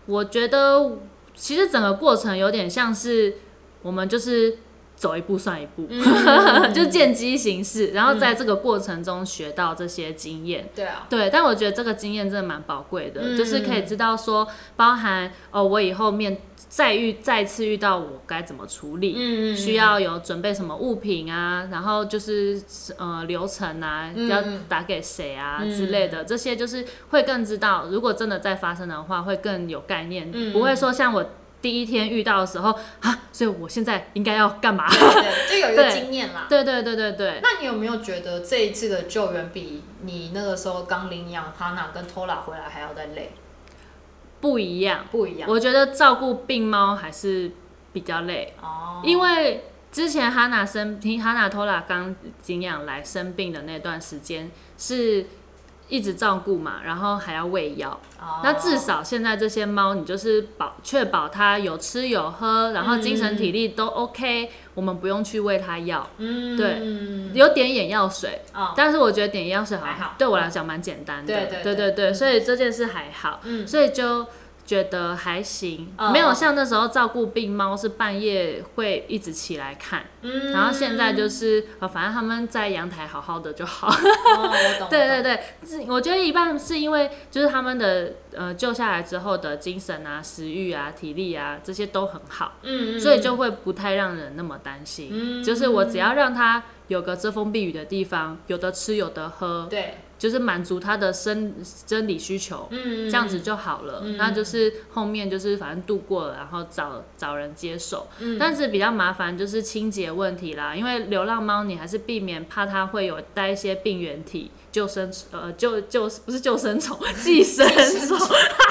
[SPEAKER 2] 我觉得其实整个过程有点像是我们就是走一步算一步，
[SPEAKER 1] 嗯
[SPEAKER 2] 就见机行事，然后在这个过程中学到这些经验。
[SPEAKER 1] 对啊，
[SPEAKER 2] 对，但我觉得这个经验真的蛮宝贵
[SPEAKER 1] 嗯
[SPEAKER 2] 的，就是可以知道说，包含哦，我以后面再遇再次遇到我该怎么处理，
[SPEAKER 1] 嗯
[SPEAKER 2] 需要有准备什么物品啊，然后就是呃流程啊，要
[SPEAKER 1] 嗯
[SPEAKER 2] 打给谁啊之类的，这些就是会更知道，如果真的再发生的话，会更有概念，
[SPEAKER 1] 嗯
[SPEAKER 2] 不会说像我第一天遇到的时候啊，所以我现在应该要干嘛？
[SPEAKER 1] 对，就有一个
[SPEAKER 2] 对
[SPEAKER 1] 经验啦。
[SPEAKER 2] 对对对对对，
[SPEAKER 1] 那你有没有觉得这一次的救援比你那个时候刚领养哈娜跟偷拉回来还要再累？
[SPEAKER 2] 不一样。
[SPEAKER 1] 不一样
[SPEAKER 2] 我觉得照顾病猫还是比较累，
[SPEAKER 1] 哦，
[SPEAKER 2] 因为之前哈娜生听哈娜托拉刚领养来生病的那段时间是一直照顾嘛，然后还要喂药。
[SPEAKER 1] 哦
[SPEAKER 2] 那至少现在这些猫，你就是保确保它有吃有喝，然后精神体力都 OK，、我们不用去喂它药，
[SPEAKER 1] 嗯
[SPEAKER 2] 对
[SPEAKER 1] 嗯
[SPEAKER 2] 有点眼药水。
[SPEAKER 1] 哦
[SPEAKER 2] 但是我觉得点眼药水好
[SPEAKER 1] 还好
[SPEAKER 2] 像对我来讲蛮简单的，
[SPEAKER 1] 对对
[SPEAKER 2] 对
[SPEAKER 1] 对
[SPEAKER 2] 对所以这件事还好，
[SPEAKER 1] 嗯
[SPEAKER 2] 所以就觉得还行，
[SPEAKER 1] 嗯
[SPEAKER 2] 没
[SPEAKER 1] 嗯
[SPEAKER 2] 有像那时候照顾病猫是半夜会一直起来看，
[SPEAKER 1] 嗯
[SPEAKER 2] 然后现在就是呃，反正他们在阳台好好的就好，
[SPEAKER 1] 哦我懂，我
[SPEAKER 2] 对
[SPEAKER 1] 懂，
[SPEAKER 2] 对对，是我觉得一半是因为就是他们的呃救下来之后的精神啊、食欲啊、体力啊这些都很好，
[SPEAKER 1] 嗯嗯
[SPEAKER 2] 所以就会不太让人那么担心。
[SPEAKER 1] 嗯
[SPEAKER 2] 就是我只要让他有个遮风避雨的地方，有的吃有的喝，
[SPEAKER 1] 对，
[SPEAKER 2] 就是满足他的生生理需求，
[SPEAKER 1] 嗯
[SPEAKER 2] 这样 子就好了。那就是后面就是反正度过了，然后找找人接手。
[SPEAKER 1] 嗯
[SPEAKER 2] 但是比较麻烦就是清洁问题啦，因为流浪猫你还是避免怕它会有带一些病原体。救生呃救救不是救生虫，寄生虫，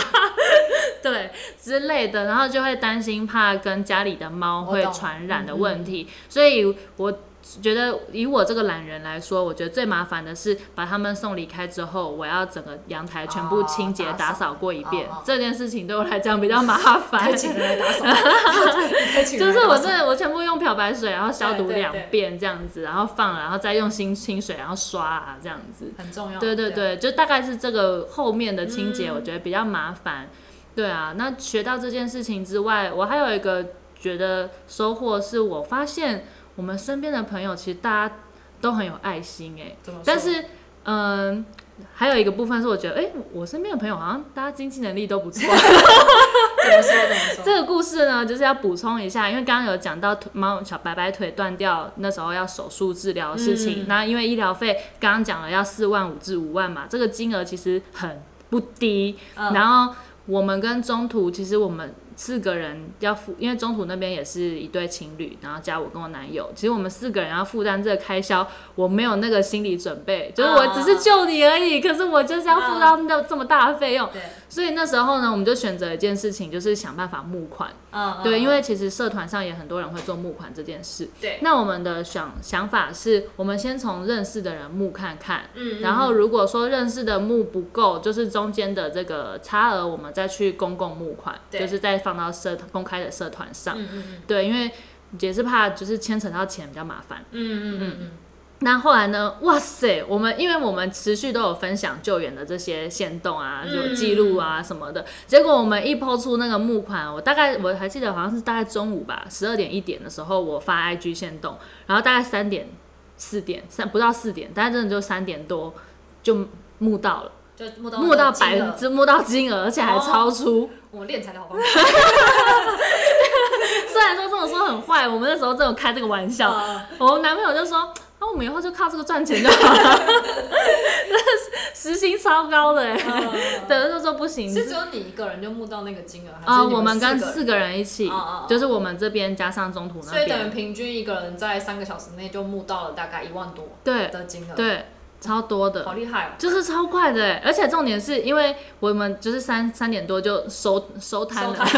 [SPEAKER 2] 对之类的，然后就会担心怕跟家里的猫会
[SPEAKER 1] 我懂
[SPEAKER 2] 传染的问题，所以我觉得以我这个懒人来说，我觉得最麻烦的是把它们送离开之后，我要整个阳台全部清洁、
[SPEAKER 1] 哦打
[SPEAKER 2] 打
[SPEAKER 1] 扫
[SPEAKER 2] 扫过一遍，
[SPEAKER 1] 哦哦
[SPEAKER 2] 这件事情对我来讲比较麻烦
[SPEAKER 1] 还。请人来打扫， 还请
[SPEAKER 2] 就
[SPEAKER 1] 人来
[SPEAKER 2] 是我
[SPEAKER 1] 打扫
[SPEAKER 2] 真的我全部用漂白水，然后消毒
[SPEAKER 1] 对对
[SPEAKER 2] 两
[SPEAKER 1] 对
[SPEAKER 2] 遍这样子，然后放了，然后再用新清水，然后刷啊这样子。
[SPEAKER 1] 很重要，
[SPEAKER 2] 对对
[SPEAKER 1] 对，
[SPEAKER 2] 对，就大概是这个后面的清洁，我觉得比较麻烦。对啊，那学到这件事情之外，我还有一个觉得收获是，我发现我们身边的朋友其实大家都很有爱心哎、
[SPEAKER 1] 怎么说
[SPEAKER 2] 但是嗯。还有一个部分是，我觉得，哎、我身边的朋友好像大家经济能力都不错。
[SPEAKER 1] 怎么说怎么说，
[SPEAKER 2] 这个故事呢，就是要补充一下，因为刚刚有讲到腿猫小白白腿断掉，那时候要手术治疗的事情。那因为医疗费刚刚讲了要四万五至五万嘛，这个金额其实很不低。
[SPEAKER 1] 嗯
[SPEAKER 2] 然后我们跟中途，其实我们四个人要负，因为中途那边也是一对情侣，然后加我跟我男友，其实我们四个人要负担这个开销，我没有那个心理准备，就是我只是救你而已，可是我就是要付到那这么大的费用。
[SPEAKER 1] 对，
[SPEAKER 2] 所以那时候呢，我们就选择一件事情，就是想办法募款。
[SPEAKER 1] 嗯
[SPEAKER 2] 对，因
[SPEAKER 1] 为
[SPEAKER 2] 为其实社团上也很多人会做募款这件事。
[SPEAKER 1] 对，
[SPEAKER 2] 那我们的想想法是，我们先从认识的人募看看，
[SPEAKER 1] 嗯，
[SPEAKER 2] 然后如果说认识的募不够，就是中间的这个差额，我们再去公共募款，
[SPEAKER 1] 对
[SPEAKER 2] 就是再放到社公开的社团上。
[SPEAKER 1] 嗯嗯
[SPEAKER 2] 对，因为也是怕就是牵扯到钱比较麻烦。
[SPEAKER 1] 嗯嗯嗯嗯，
[SPEAKER 2] 那后来呢？哇塞，我们因为我们持续都有分享救援的这些线动啊、有记录啊什么的，结果我们一抛出那个募款，我大概我还记得好像是大概中午吧，十二点一点的时候我发 IG 线动，然后大概三点、四点三不到四点，大概真的就三点多就募到了，
[SPEAKER 1] 就募到
[SPEAKER 2] 募到
[SPEAKER 1] 金
[SPEAKER 2] 百
[SPEAKER 1] 额
[SPEAKER 2] 分之募到金额，而且还超出。
[SPEAKER 1] 我练才的好方
[SPEAKER 2] 虽然说这么说很坏，我们那时候真有开这个玩笑，
[SPEAKER 1] 法，
[SPEAKER 2] 我男朋友就说：“那、我们以后就靠这个赚钱就好了。” 时薪超高的、欸，
[SPEAKER 1] 嗯
[SPEAKER 2] 对，就说不行。
[SPEAKER 1] 是只有你一个人就募到那个金额，还是
[SPEAKER 2] 啊、
[SPEAKER 1] 你
[SPEAKER 2] 我们
[SPEAKER 1] 四
[SPEAKER 2] 跟
[SPEAKER 1] 个人
[SPEAKER 2] 四个人一起，
[SPEAKER 1] 哦哦哦
[SPEAKER 2] 就是我们这边加上中途
[SPEAKER 1] 所
[SPEAKER 2] 那
[SPEAKER 1] 以等于
[SPEAKER 2] 边，
[SPEAKER 1] 平均一个人在三个小时内就募到了大概一万多
[SPEAKER 2] 对
[SPEAKER 1] 的金额，，
[SPEAKER 2] 对，超多的
[SPEAKER 1] 好，厉害哦！
[SPEAKER 2] 就是超快的、欸。而且重点是因为我们就是三三点多就收收摊
[SPEAKER 1] 收
[SPEAKER 2] 了，
[SPEAKER 1] 摊，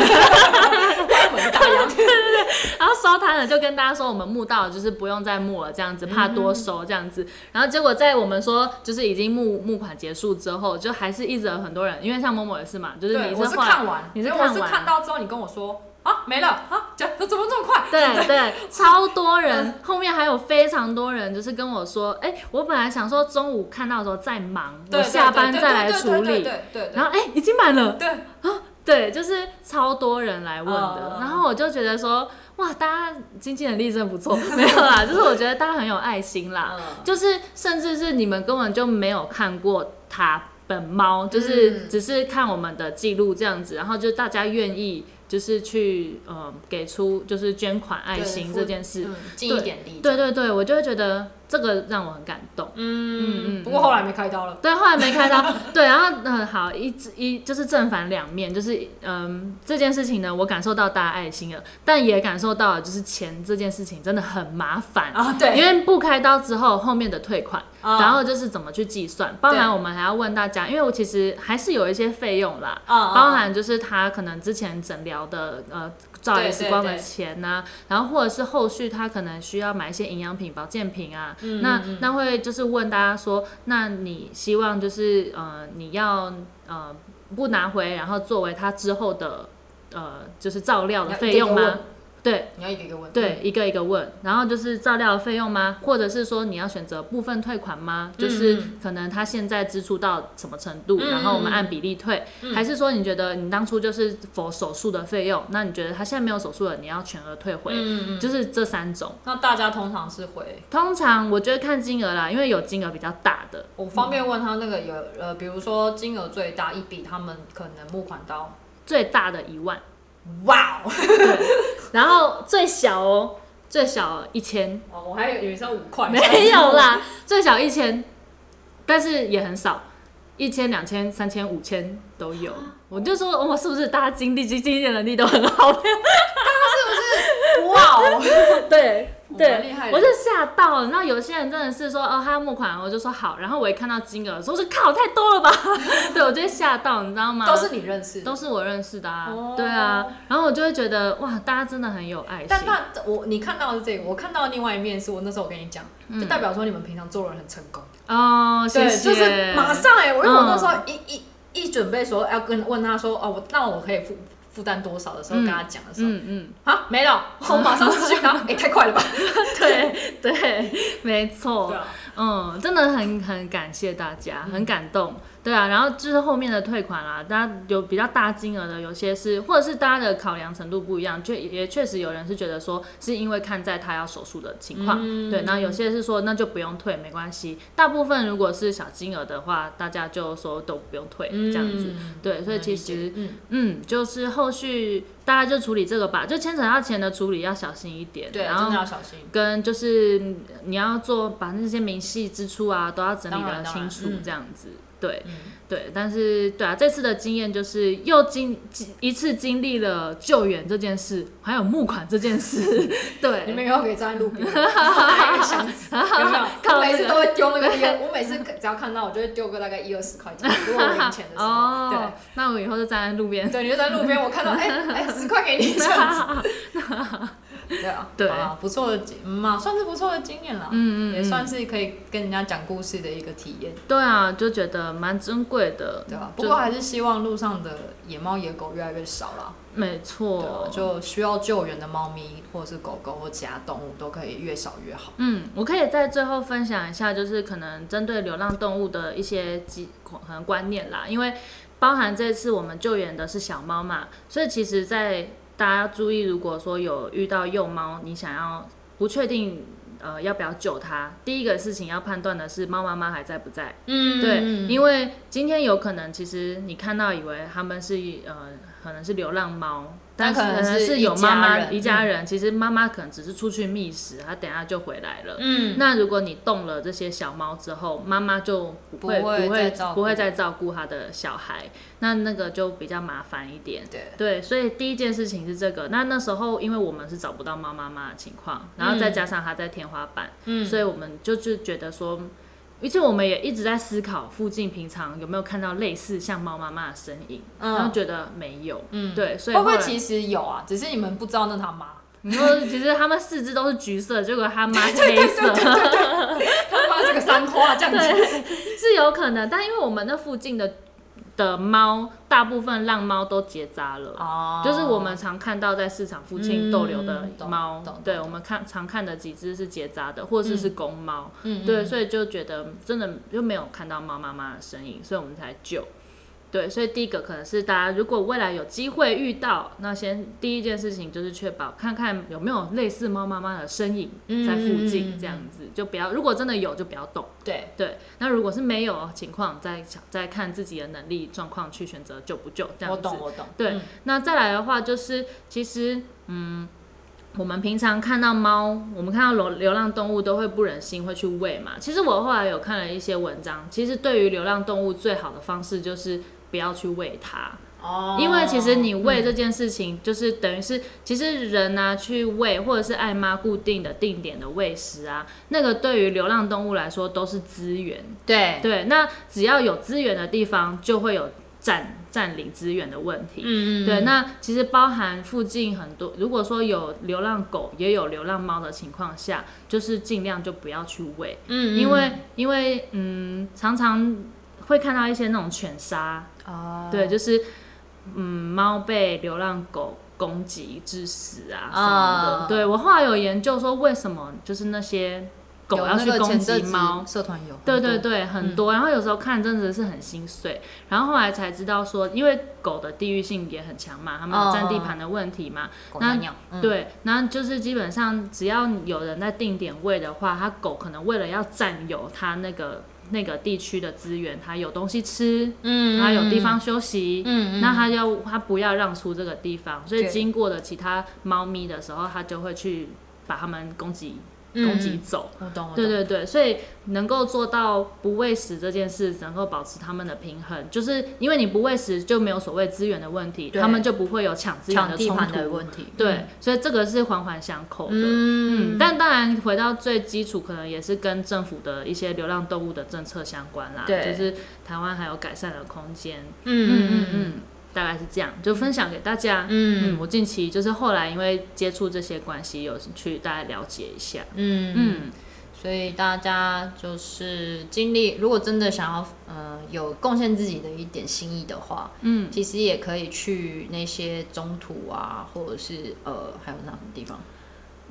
[SPEAKER 1] 关门大洋，
[SPEAKER 2] 然后收摊了，就跟大家说我们募到了，就是不用再募了，这样子怕
[SPEAKER 1] 嗯
[SPEAKER 2] 多收这样子。然后结果在我们说就是已经募募款结束之后，就还是一直有很多人，因为像某某也是嘛，就是
[SPEAKER 1] 对，
[SPEAKER 2] 你
[SPEAKER 1] 我是
[SPEAKER 2] 后来
[SPEAKER 1] 看完，
[SPEAKER 2] 你是
[SPEAKER 1] 因为
[SPEAKER 2] 看
[SPEAKER 1] 我是
[SPEAKER 2] 完
[SPEAKER 1] 看到之后你跟我说啊没了啊，讲怎么这么快？
[SPEAKER 2] 对 对，超多人，后面还有非常多人，就是跟我说，哎、我本来想说中午看到的时候再忙，
[SPEAKER 1] 对，
[SPEAKER 2] 我下班再来处
[SPEAKER 1] 对
[SPEAKER 2] 理，
[SPEAKER 1] 对对对对对对对
[SPEAKER 2] 然后哎、已经满了，
[SPEAKER 1] 对，
[SPEAKER 2] 啊，对，就是超多人来问的
[SPEAKER 1] 哦，
[SPEAKER 2] 然后我就觉得说，哇，大家经济能力真的不错， 没有啦，就是我觉得大家很有爱心啦，
[SPEAKER 1] 嗯
[SPEAKER 2] 就是甚至是你们根本就没有看过它本猫，就是
[SPEAKER 1] 嗯
[SPEAKER 2] 只是看我们的记录这样子，然后就大家愿意就是去呃给出就是捐款爱心这件事，
[SPEAKER 1] 嗯，尽一点力。
[SPEAKER 2] 对，对对，我就会觉得这个让我很感动。嗯嗯
[SPEAKER 1] 嗯
[SPEAKER 2] 嗯
[SPEAKER 1] 嗯。不过后来没开刀了。
[SPEAKER 2] 对，后来没开刀。对，然后嗯、呃好，一直一就是正反两面，就是嗯、这件事情呢，我感受到大家爱心了，但也感受到了就是钱这件事情真的很麻烦。
[SPEAKER 1] 啊，对，
[SPEAKER 2] 嗯因为不开刀之后，后面的退款，
[SPEAKER 1] 啊
[SPEAKER 2] 然后就是怎么去计算，包含
[SPEAKER 1] 对
[SPEAKER 2] 我们还要问大家，因为我其实还是有一些费用啦，
[SPEAKER 1] 啊啊
[SPEAKER 2] 包含就是他可能之前诊疗的呃照
[SPEAKER 1] 对
[SPEAKER 2] X 光的
[SPEAKER 1] 对对
[SPEAKER 2] 钱呐、然后或者是后续他可能需要买一些营养品、保健品啊，
[SPEAKER 1] 嗯
[SPEAKER 2] 那那会就是问大家说，那你希望就是呃你要呃不拿回，然后作为他之后的呃就是照料的费用
[SPEAKER 1] 要一
[SPEAKER 2] 吗
[SPEAKER 1] 个问？
[SPEAKER 2] 对，
[SPEAKER 1] 你要一个一个问。嗯
[SPEAKER 2] 对，一个一个问，然后就是照料的费用吗？或者是说你要选择部分退款吗？就是可能他现在支出到什么程度，然后我们按比例退，还是说你觉得你当初就是否手术的费用，那你觉得他现在没有手术了，你要全额退回，就是这三种。
[SPEAKER 1] 嗯那大家通常是回，
[SPEAKER 2] 通常我觉得看金额啦，因为有金额比较大的，
[SPEAKER 1] 我方便问他那个有呃，比如说金额最大一笔，他们可能募款到，
[SPEAKER 2] 最大的一万，
[SPEAKER 1] 哇哦，
[SPEAKER 2] 然后最小哦，最小一千，
[SPEAKER 1] 哦我还以为是要五块，
[SPEAKER 2] 没有啦，最少一千，但是也很少，一千、两千、三千、五千都有。
[SPEAKER 1] 啊
[SPEAKER 2] 我就说，哦我、是不是大家经济经济能力都很好？
[SPEAKER 1] 哇哦，
[SPEAKER 2] 对
[SPEAKER 1] 蛮厉
[SPEAKER 2] 对
[SPEAKER 1] 害，的
[SPEAKER 2] 我就吓到了。然后有些人真的是说，哦，他要募款，我就说好。然后我一看到金额的时候，我说靠，太多了吧？ 对，我就吓到，你知道吗？
[SPEAKER 1] 都是你认识的，
[SPEAKER 2] 都是我认识的啊，
[SPEAKER 1] 哦
[SPEAKER 2] 对啊。然后我就会觉得，哇，大家真的很有爱心。
[SPEAKER 1] 但那我你看到的是这个，我看到另外一面是我那时候我跟你讲，就代表说你们平常做人很成功，
[SPEAKER 2] 哦，嗯谢谢，
[SPEAKER 1] 就是马上哎、我因为我
[SPEAKER 2] 嗯
[SPEAKER 1] 那时候一、一一准备说要跟问他说哦，我那我可以负负担多少的时候，
[SPEAKER 2] 嗯
[SPEAKER 1] 跟他讲的时候，
[SPEAKER 2] 嗯嗯。
[SPEAKER 1] 啊没了，我马上失 去他，哎、太快了吧，
[SPEAKER 2] 对对，没错，
[SPEAKER 1] 对 啊
[SPEAKER 2] 嗯，真的很很感谢大家，很感动，对啊，然后就是后面的退款啦、大家有比较大金额的，有些是或者是大家的考量程度不一样，确也确实有人是觉得说是因为看在他要手术的情况，
[SPEAKER 1] 嗯
[SPEAKER 2] 对，那有些是说那就不用退，没关系，大部分如果是小金额的话，大家就说都不用退、这样子，嗯对，所以其实
[SPEAKER 1] 嗯
[SPEAKER 2] 嗯，就是后续大家就处理这个吧，就牵扯到钱的处理要小心一点，
[SPEAKER 1] 对，
[SPEAKER 2] 然
[SPEAKER 1] 真
[SPEAKER 2] 后
[SPEAKER 1] 的要小心。
[SPEAKER 2] 跟就是嗯你要做把那些明细支出啊都要整理
[SPEAKER 1] 当
[SPEAKER 2] 的
[SPEAKER 1] 然当
[SPEAKER 2] 清
[SPEAKER 1] 然
[SPEAKER 2] 楚，
[SPEAKER 1] 嗯
[SPEAKER 2] 这样子。对
[SPEAKER 1] 嗯
[SPEAKER 2] 对，但是对啊，这次的经验就是又经经一次经历了救援这件事，还有募款这 件事。
[SPEAKER 1] 你
[SPEAKER 2] 对，
[SPEAKER 1] 们以后可以站在路 边，拿一个箱子，有没有？
[SPEAKER 2] 靠
[SPEAKER 1] 我每次
[SPEAKER 2] 这个
[SPEAKER 1] 都会丢 那个一二，我每次只要看到，我就会丢个大概一二十块钱，如果我零钱的时候，对
[SPEAKER 2] 哦，那我以后就站在路边。
[SPEAKER 1] 对，你就在路边，我 看到，哎、哎，十、块给你这样子。对啊，
[SPEAKER 2] 对
[SPEAKER 1] 好啦不错的经，嗯嘛，算是不错的经验啦，
[SPEAKER 2] 嗯嗯嗯
[SPEAKER 1] 也算是可以跟人家讲故事的一个体验，
[SPEAKER 2] 对 啊，就觉得蛮珍贵的。
[SPEAKER 1] 对啊吧、不
[SPEAKER 2] 就
[SPEAKER 1] 过还是希望路上的野猫野狗越来越少啦，
[SPEAKER 2] 没
[SPEAKER 1] 对啊
[SPEAKER 2] 错，，
[SPEAKER 1] 就需要救援的猫咪或者是狗狗或其他动物都可以越少越好。
[SPEAKER 2] 嗯，我可以在最后分享一下，就是可能针对流浪动物的一些基可能观念啦，因为包含这次我们救援的是小猫嘛，所以其实，在大家注意，如果说有遇到幼猫，你想要不确定呃要不要救它，第一个事情要判断的是猫妈妈还在不在，
[SPEAKER 1] 嗯
[SPEAKER 2] 对，因为今天有可能其实你看到以为它们是呃可能是流浪猫。
[SPEAKER 1] 但
[SPEAKER 2] 但是
[SPEAKER 1] 可能
[SPEAKER 2] 可能
[SPEAKER 1] 是
[SPEAKER 2] 是
[SPEAKER 1] 一
[SPEAKER 2] 有妈
[SPEAKER 1] 家
[SPEAKER 2] 妈
[SPEAKER 1] 人嗯
[SPEAKER 2] 一家人，其实妈妈可能只是出去觅食，她等一下就回来了。
[SPEAKER 1] 嗯，
[SPEAKER 2] 那如果你动了这些小猫之后，妈妈就不会
[SPEAKER 1] 不会再
[SPEAKER 2] 不会
[SPEAKER 1] 照顾
[SPEAKER 2] 不会再照顾她的小孩，那那个就比较麻烦一点。
[SPEAKER 1] 对，
[SPEAKER 2] 对，所以第一件事情是这个。那那时候因为我们是找不到猫妈妈的情况，然后再加上它在天花板，
[SPEAKER 1] 嗯
[SPEAKER 2] 所以我们就就觉得说，而且我们也一直在思考附近平常有没有看到类似像猫妈妈的身影，
[SPEAKER 1] 嗯
[SPEAKER 2] 然后觉得没有。
[SPEAKER 1] 嗯，
[SPEAKER 2] 对，所以
[SPEAKER 1] 会不
[SPEAKER 2] 后
[SPEAKER 1] 会
[SPEAKER 2] 来
[SPEAKER 1] 其实有啊？只是你们不知道那他 妈，
[SPEAKER 2] 你说其实它们四肢都是橘色，结果它妈是黑色。
[SPEAKER 1] 他妈是个三花这样子。
[SPEAKER 2] 对，是有可能，但因为我们那附近的的猫，大部分浪猫都结扎了。
[SPEAKER 1] 哦
[SPEAKER 2] 就是我们常看到在市场附近逗留的
[SPEAKER 1] 嗯懂
[SPEAKER 2] 猫，
[SPEAKER 1] 懂懂
[SPEAKER 2] 对我们看常看的几只是结扎的，或者是是公猫，
[SPEAKER 1] 嗯
[SPEAKER 2] 对，所以就觉得真的就没有看到猫妈妈的身影，所以我们才救。对，所以第一个可能是大家如果未来有机会遇到，那先第一件事情就是确保看看有没有类似猫妈妈的身影在附
[SPEAKER 3] 嗯嗯嗯
[SPEAKER 2] 近，
[SPEAKER 3] 嗯
[SPEAKER 2] 这样子就不要，如果真的有就不要动。
[SPEAKER 1] 对，
[SPEAKER 2] 对，那如果是没有情况，再想再看自己的能力状况去选择救不救这样
[SPEAKER 1] 我
[SPEAKER 2] 子。
[SPEAKER 1] 懂我懂，
[SPEAKER 2] 对，
[SPEAKER 1] 嗯
[SPEAKER 2] 那再来的话就是，其实嗯，我们平常看到猫，我们看到流流浪动物都会不忍心会去喂嘛。其实我后来有看了一些文章，其实对于流浪动物最好的方式就是不要去喂它。
[SPEAKER 1] 哦
[SPEAKER 2] 因为其实你喂这件事情，就是等于是，其实人啊去喂，或者是爱妈固定的定点的喂食啊，那个对于流浪动物来说都是资源。
[SPEAKER 3] 对，
[SPEAKER 2] 对，那只要有资源的地方，就会有占占领资源的问题。
[SPEAKER 3] 嗯
[SPEAKER 2] 对，那其实包含附近很多，如果说有流浪狗也有流浪猫的情况下，就是尽量就不要去喂，
[SPEAKER 3] 嗯
[SPEAKER 2] 因为因为嗯，常常会看到一些那种犬杀，
[SPEAKER 3] 哦，
[SPEAKER 2] 对，就是嗯，猫被流浪狗攻击致死啊什么的。
[SPEAKER 3] 啊
[SPEAKER 2] 对我后来有研究说，为什么就是那些狗
[SPEAKER 3] 有
[SPEAKER 2] 要
[SPEAKER 3] 那
[SPEAKER 2] 去
[SPEAKER 3] 个
[SPEAKER 2] 攻
[SPEAKER 3] 前阵
[SPEAKER 2] 击
[SPEAKER 3] 子
[SPEAKER 2] 猫？
[SPEAKER 3] 社团有很
[SPEAKER 2] 对
[SPEAKER 3] 多，
[SPEAKER 2] 对对，
[SPEAKER 3] 嗯
[SPEAKER 2] 很多。然后有时候看真的是很心碎。然后后来才知道说，因为狗的地域性也很强嘛，它们有占地盘的问题嘛。
[SPEAKER 3] 狗
[SPEAKER 2] 那
[SPEAKER 3] 尿尿，哦嗯，
[SPEAKER 2] 对，那就是基本上只要有人在定点喂的话，它狗可能为了要占有它那个那个地区的资源，它有东西吃，
[SPEAKER 3] 嗯
[SPEAKER 2] 它有地方，休息，
[SPEAKER 3] 嗯嗯
[SPEAKER 2] 那它要它不要让出这个地方，所以
[SPEAKER 3] 对
[SPEAKER 2] 经过的其他猫咪的时候，它就会去把它们攻击
[SPEAKER 3] 嗯
[SPEAKER 2] 攻击走。
[SPEAKER 3] 我哦懂，我懂
[SPEAKER 2] 对，对对，所以能够做到不喂食这件事，能够保持它们的平衡，就是因为你不喂食就没有所谓资源的问题，
[SPEAKER 3] 对
[SPEAKER 2] 它们就不会有抢资源
[SPEAKER 3] 抢
[SPEAKER 2] 的
[SPEAKER 3] 地
[SPEAKER 2] 冲
[SPEAKER 3] 盘的
[SPEAKER 2] 突。
[SPEAKER 3] 问题，
[SPEAKER 2] 对，所以这个是环环相扣的。
[SPEAKER 3] 嗯
[SPEAKER 2] 嗯，但当然回到最基础，可能也是跟政府的一些流浪动物的政策相关啦。
[SPEAKER 3] 对
[SPEAKER 2] 就是台湾还有改善的空间。
[SPEAKER 3] 嗯嗯
[SPEAKER 2] 嗯
[SPEAKER 3] 嗯
[SPEAKER 2] 嗯，大概是这样，就分享给大家。
[SPEAKER 3] 嗯
[SPEAKER 2] 嗯，我近期就是后来因为接触这些关系，有去大概了解一下。
[SPEAKER 3] 嗯嗯，
[SPEAKER 2] 嗯，
[SPEAKER 3] 所以大家就是尽力，如果真的想要呃有贡献自己的一点心意的话，
[SPEAKER 2] 嗯，
[SPEAKER 3] 其实也可以去那些中途啊，或者是呃还有那什么地方，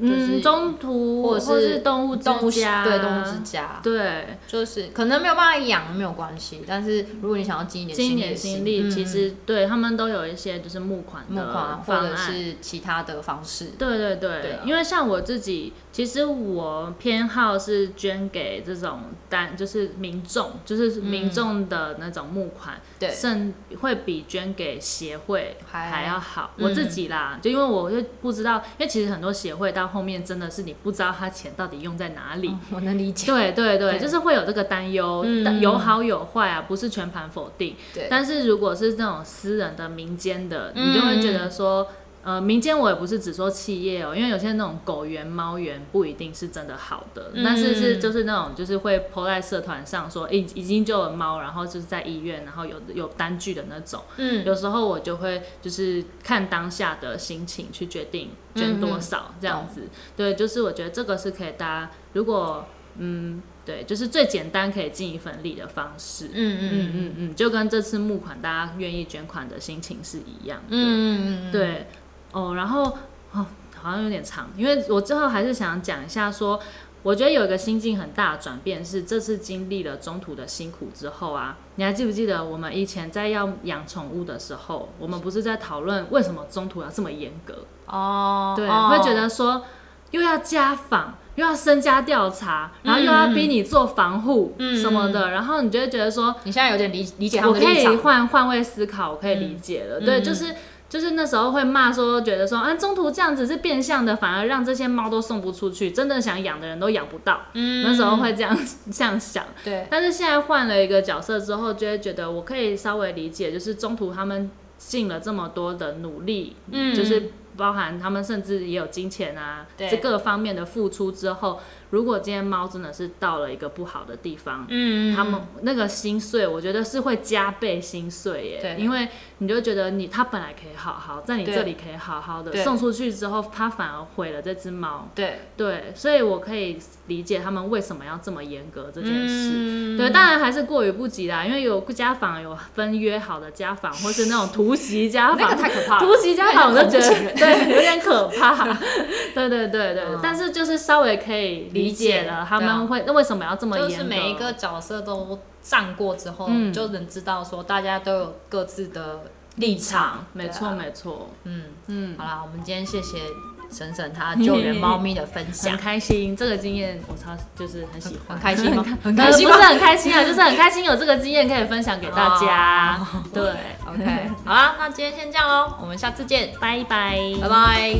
[SPEAKER 3] 就是
[SPEAKER 2] 嗯，中途
[SPEAKER 3] 或者
[SPEAKER 2] 者
[SPEAKER 3] 是
[SPEAKER 2] 是动物
[SPEAKER 3] 动物
[SPEAKER 2] 之家，
[SPEAKER 3] 对动物之家，
[SPEAKER 2] 对，
[SPEAKER 3] 就是可能没有办法养没有关系，但是如果你想要尽一点心
[SPEAKER 2] 尽一
[SPEAKER 3] 力
[SPEAKER 2] 点
[SPEAKER 3] 也是，
[SPEAKER 2] 心力，
[SPEAKER 3] 嗯
[SPEAKER 2] 其实对他们都有一些就是募款
[SPEAKER 3] 募款
[SPEAKER 2] 的
[SPEAKER 3] 啊或
[SPEAKER 2] 方
[SPEAKER 3] 者
[SPEAKER 2] 案。
[SPEAKER 3] 是其他的方式，
[SPEAKER 2] 对对对，
[SPEAKER 3] 对啊
[SPEAKER 2] 因为像我自己，其实我偏好是捐给这种单，就是民众，就是民众的那种募款，
[SPEAKER 3] 嗯对，
[SPEAKER 2] 甚会比捐给协会
[SPEAKER 3] 还
[SPEAKER 2] 还要好。
[SPEAKER 3] 嗯
[SPEAKER 2] 我自己啦，就因为我就不知道，因为其实很多协会到后面真的是你不知道他钱到底用在哪里。
[SPEAKER 3] 嗯我能理解，
[SPEAKER 2] 对对对，
[SPEAKER 3] 对
[SPEAKER 2] 就是会有这个担忧，
[SPEAKER 3] 嗯
[SPEAKER 2] 但有好有坏啊，不是全盘否定。
[SPEAKER 3] 对，
[SPEAKER 2] 但是如果是那种私人的、民间的，
[SPEAKER 3] 嗯
[SPEAKER 2] 你就会觉得说，呃，民间我也不是只说企业哦，因为有些那种狗园、猫园不一定是真的好的，
[SPEAKER 3] 嗯
[SPEAKER 2] 但是是就是那种就是会 po 在社团上说，哎已已经就有猫，然后就是在医院，然后有有单据的那种，
[SPEAKER 3] 嗯
[SPEAKER 2] 有时候我就会就是看当下的心情去决定捐多少这样子。对，就是我觉得这个是可以大家如果嗯对，就是最简单可以尽一份力的方式。
[SPEAKER 3] 嗯嗯
[SPEAKER 2] 嗯
[SPEAKER 3] 嗯
[SPEAKER 2] 嗯嗯，就跟这次募款大家愿意捐款的心情是一样的。
[SPEAKER 3] 嗯嗯，
[SPEAKER 2] 对，哦，然后哦，好像有点长，因为我最后还是想讲一下说。我觉得有一个心境很大的转变是，这次经历了中途的辛苦之后啊，你还记不记得我们以前在要养宠物的时候，我们不是在讨论为什么中途要这么严格？
[SPEAKER 3] 哦，
[SPEAKER 2] 对，
[SPEAKER 3] 哦
[SPEAKER 2] 会觉得说又要家访，又要身家调查，然后又要逼你做防护
[SPEAKER 3] 嗯
[SPEAKER 2] 什么的，然后你就会觉得说
[SPEAKER 3] 你现在有点理理解他
[SPEAKER 2] 我
[SPEAKER 3] 们
[SPEAKER 2] 可
[SPEAKER 3] 的立
[SPEAKER 2] 以
[SPEAKER 3] 场，
[SPEAKER 2] 换换位思考，我可以理解了。
[SPEAKER 3] 嗯
[SPEAKER 2] 对，
[SPEAKER 3] 嗯
[SPEAKER 2] 就是就是那时候会骂说，觉得说啊，中途这样子是变相的，反而让这些猫都送不出去，真的想养的人都养不到。
[SPEAKER 3] 嗯
[SPEAKER 2] 那时候会这样 这样想，
[SPEAKER 3] 对，
[SPEAKER 2] 但是现在换了一个角色之后，就会觉得我可以稍微理解，就是中途他们尽了这么多的努力，
[SPEAKER 3] 嗯
[SPEAKER 2] 就是包含他们甚至也有金钱啊，
[SPEAKER 3] 对
[SPEAKER 2] 这各方面的付出之后，如果今天猫真的是到了一个不好的地方，
[SPEAKER 3] 嗯
[SPEAKER 2] 他们那个心碎，我觉得是会加倍心碎耶
[SPEAKER 3] 对，
[SPEAKER 2] 因为你就觉得你他本来可以好好，在你
[SPEAKER 3] 对
[SPEAKER 2] 这里可以好好的
[SPEAKER 3] 对
[SPEAKER 2] 送出去之后，他反而毁了这只猫，
[SPEAKER 3] 对
[SPEAKER 2] 对，所以我可以理解他们为什么要这么严格这
[SPEAKER 3] 这
[SPEAKER 2] 件事。
[SPEAKER 3] 事
[SPEAKER 2] 对，当然还是过于不及啦，因为有家访有分约好的家访，或是那种突袭家
[SPEAKER 3] 那
[SPEAKER 2] 访
[SPEAKER 3] 个，太可怕了，
[SPEAKER 2] 突袭家 访我就觉
[SPEAKER 3] 那个恐怖情
[SPEAKER 2] 得
[SPEAKER 3] 人
[SPEAKER 2] 对有点可怕，对对对对，
[SPEAKER 3] 嗯
[SPEAKER 2] 但是就是稍微可以理理解了他
[SPEAKER 3] 啊
[SPEAKER 2] 们会那为什么要这么严
[SPEAKER 1] 就
[SPEAKER 2] 格？
[SPEAKER 1] 是每一个角色都站过之后，
[SPEAKER 2] 嗯
[SPEAKER 1] 就能知道说大家都有各自的，
[SPEAKER 2] 立场，没
[SPEAKER 1] 对啊
[SPEAKER 2] 错没错，
[SPEAKER 1] 嗯，
[SPEAKER 2] 嗯，
[SPEAKER 1] 好啦，我们今天谢谢沈沈他救
[SPEAKER 3] 嗯
[SPEAKER 1] 援猫咪的分
[SPEAKER 2] 很
[SPEAKER 1] 享，
[SPEAKER 2] 开心，这个经验我超就是很喜欢，
[SPEAKER 1] 很开 心吗？很
[SPEAKER 2] 呃不是很开心啊，就是很开心有这个经验可以分享给大家， 对，
[SPEAKER 3] 嗯
[SPEAKER 1] OK，好啦，那今天先这样喽，我们下次见，
[SPEAKER 2] 拜拜，
[SPEAKER 1] 拜拜。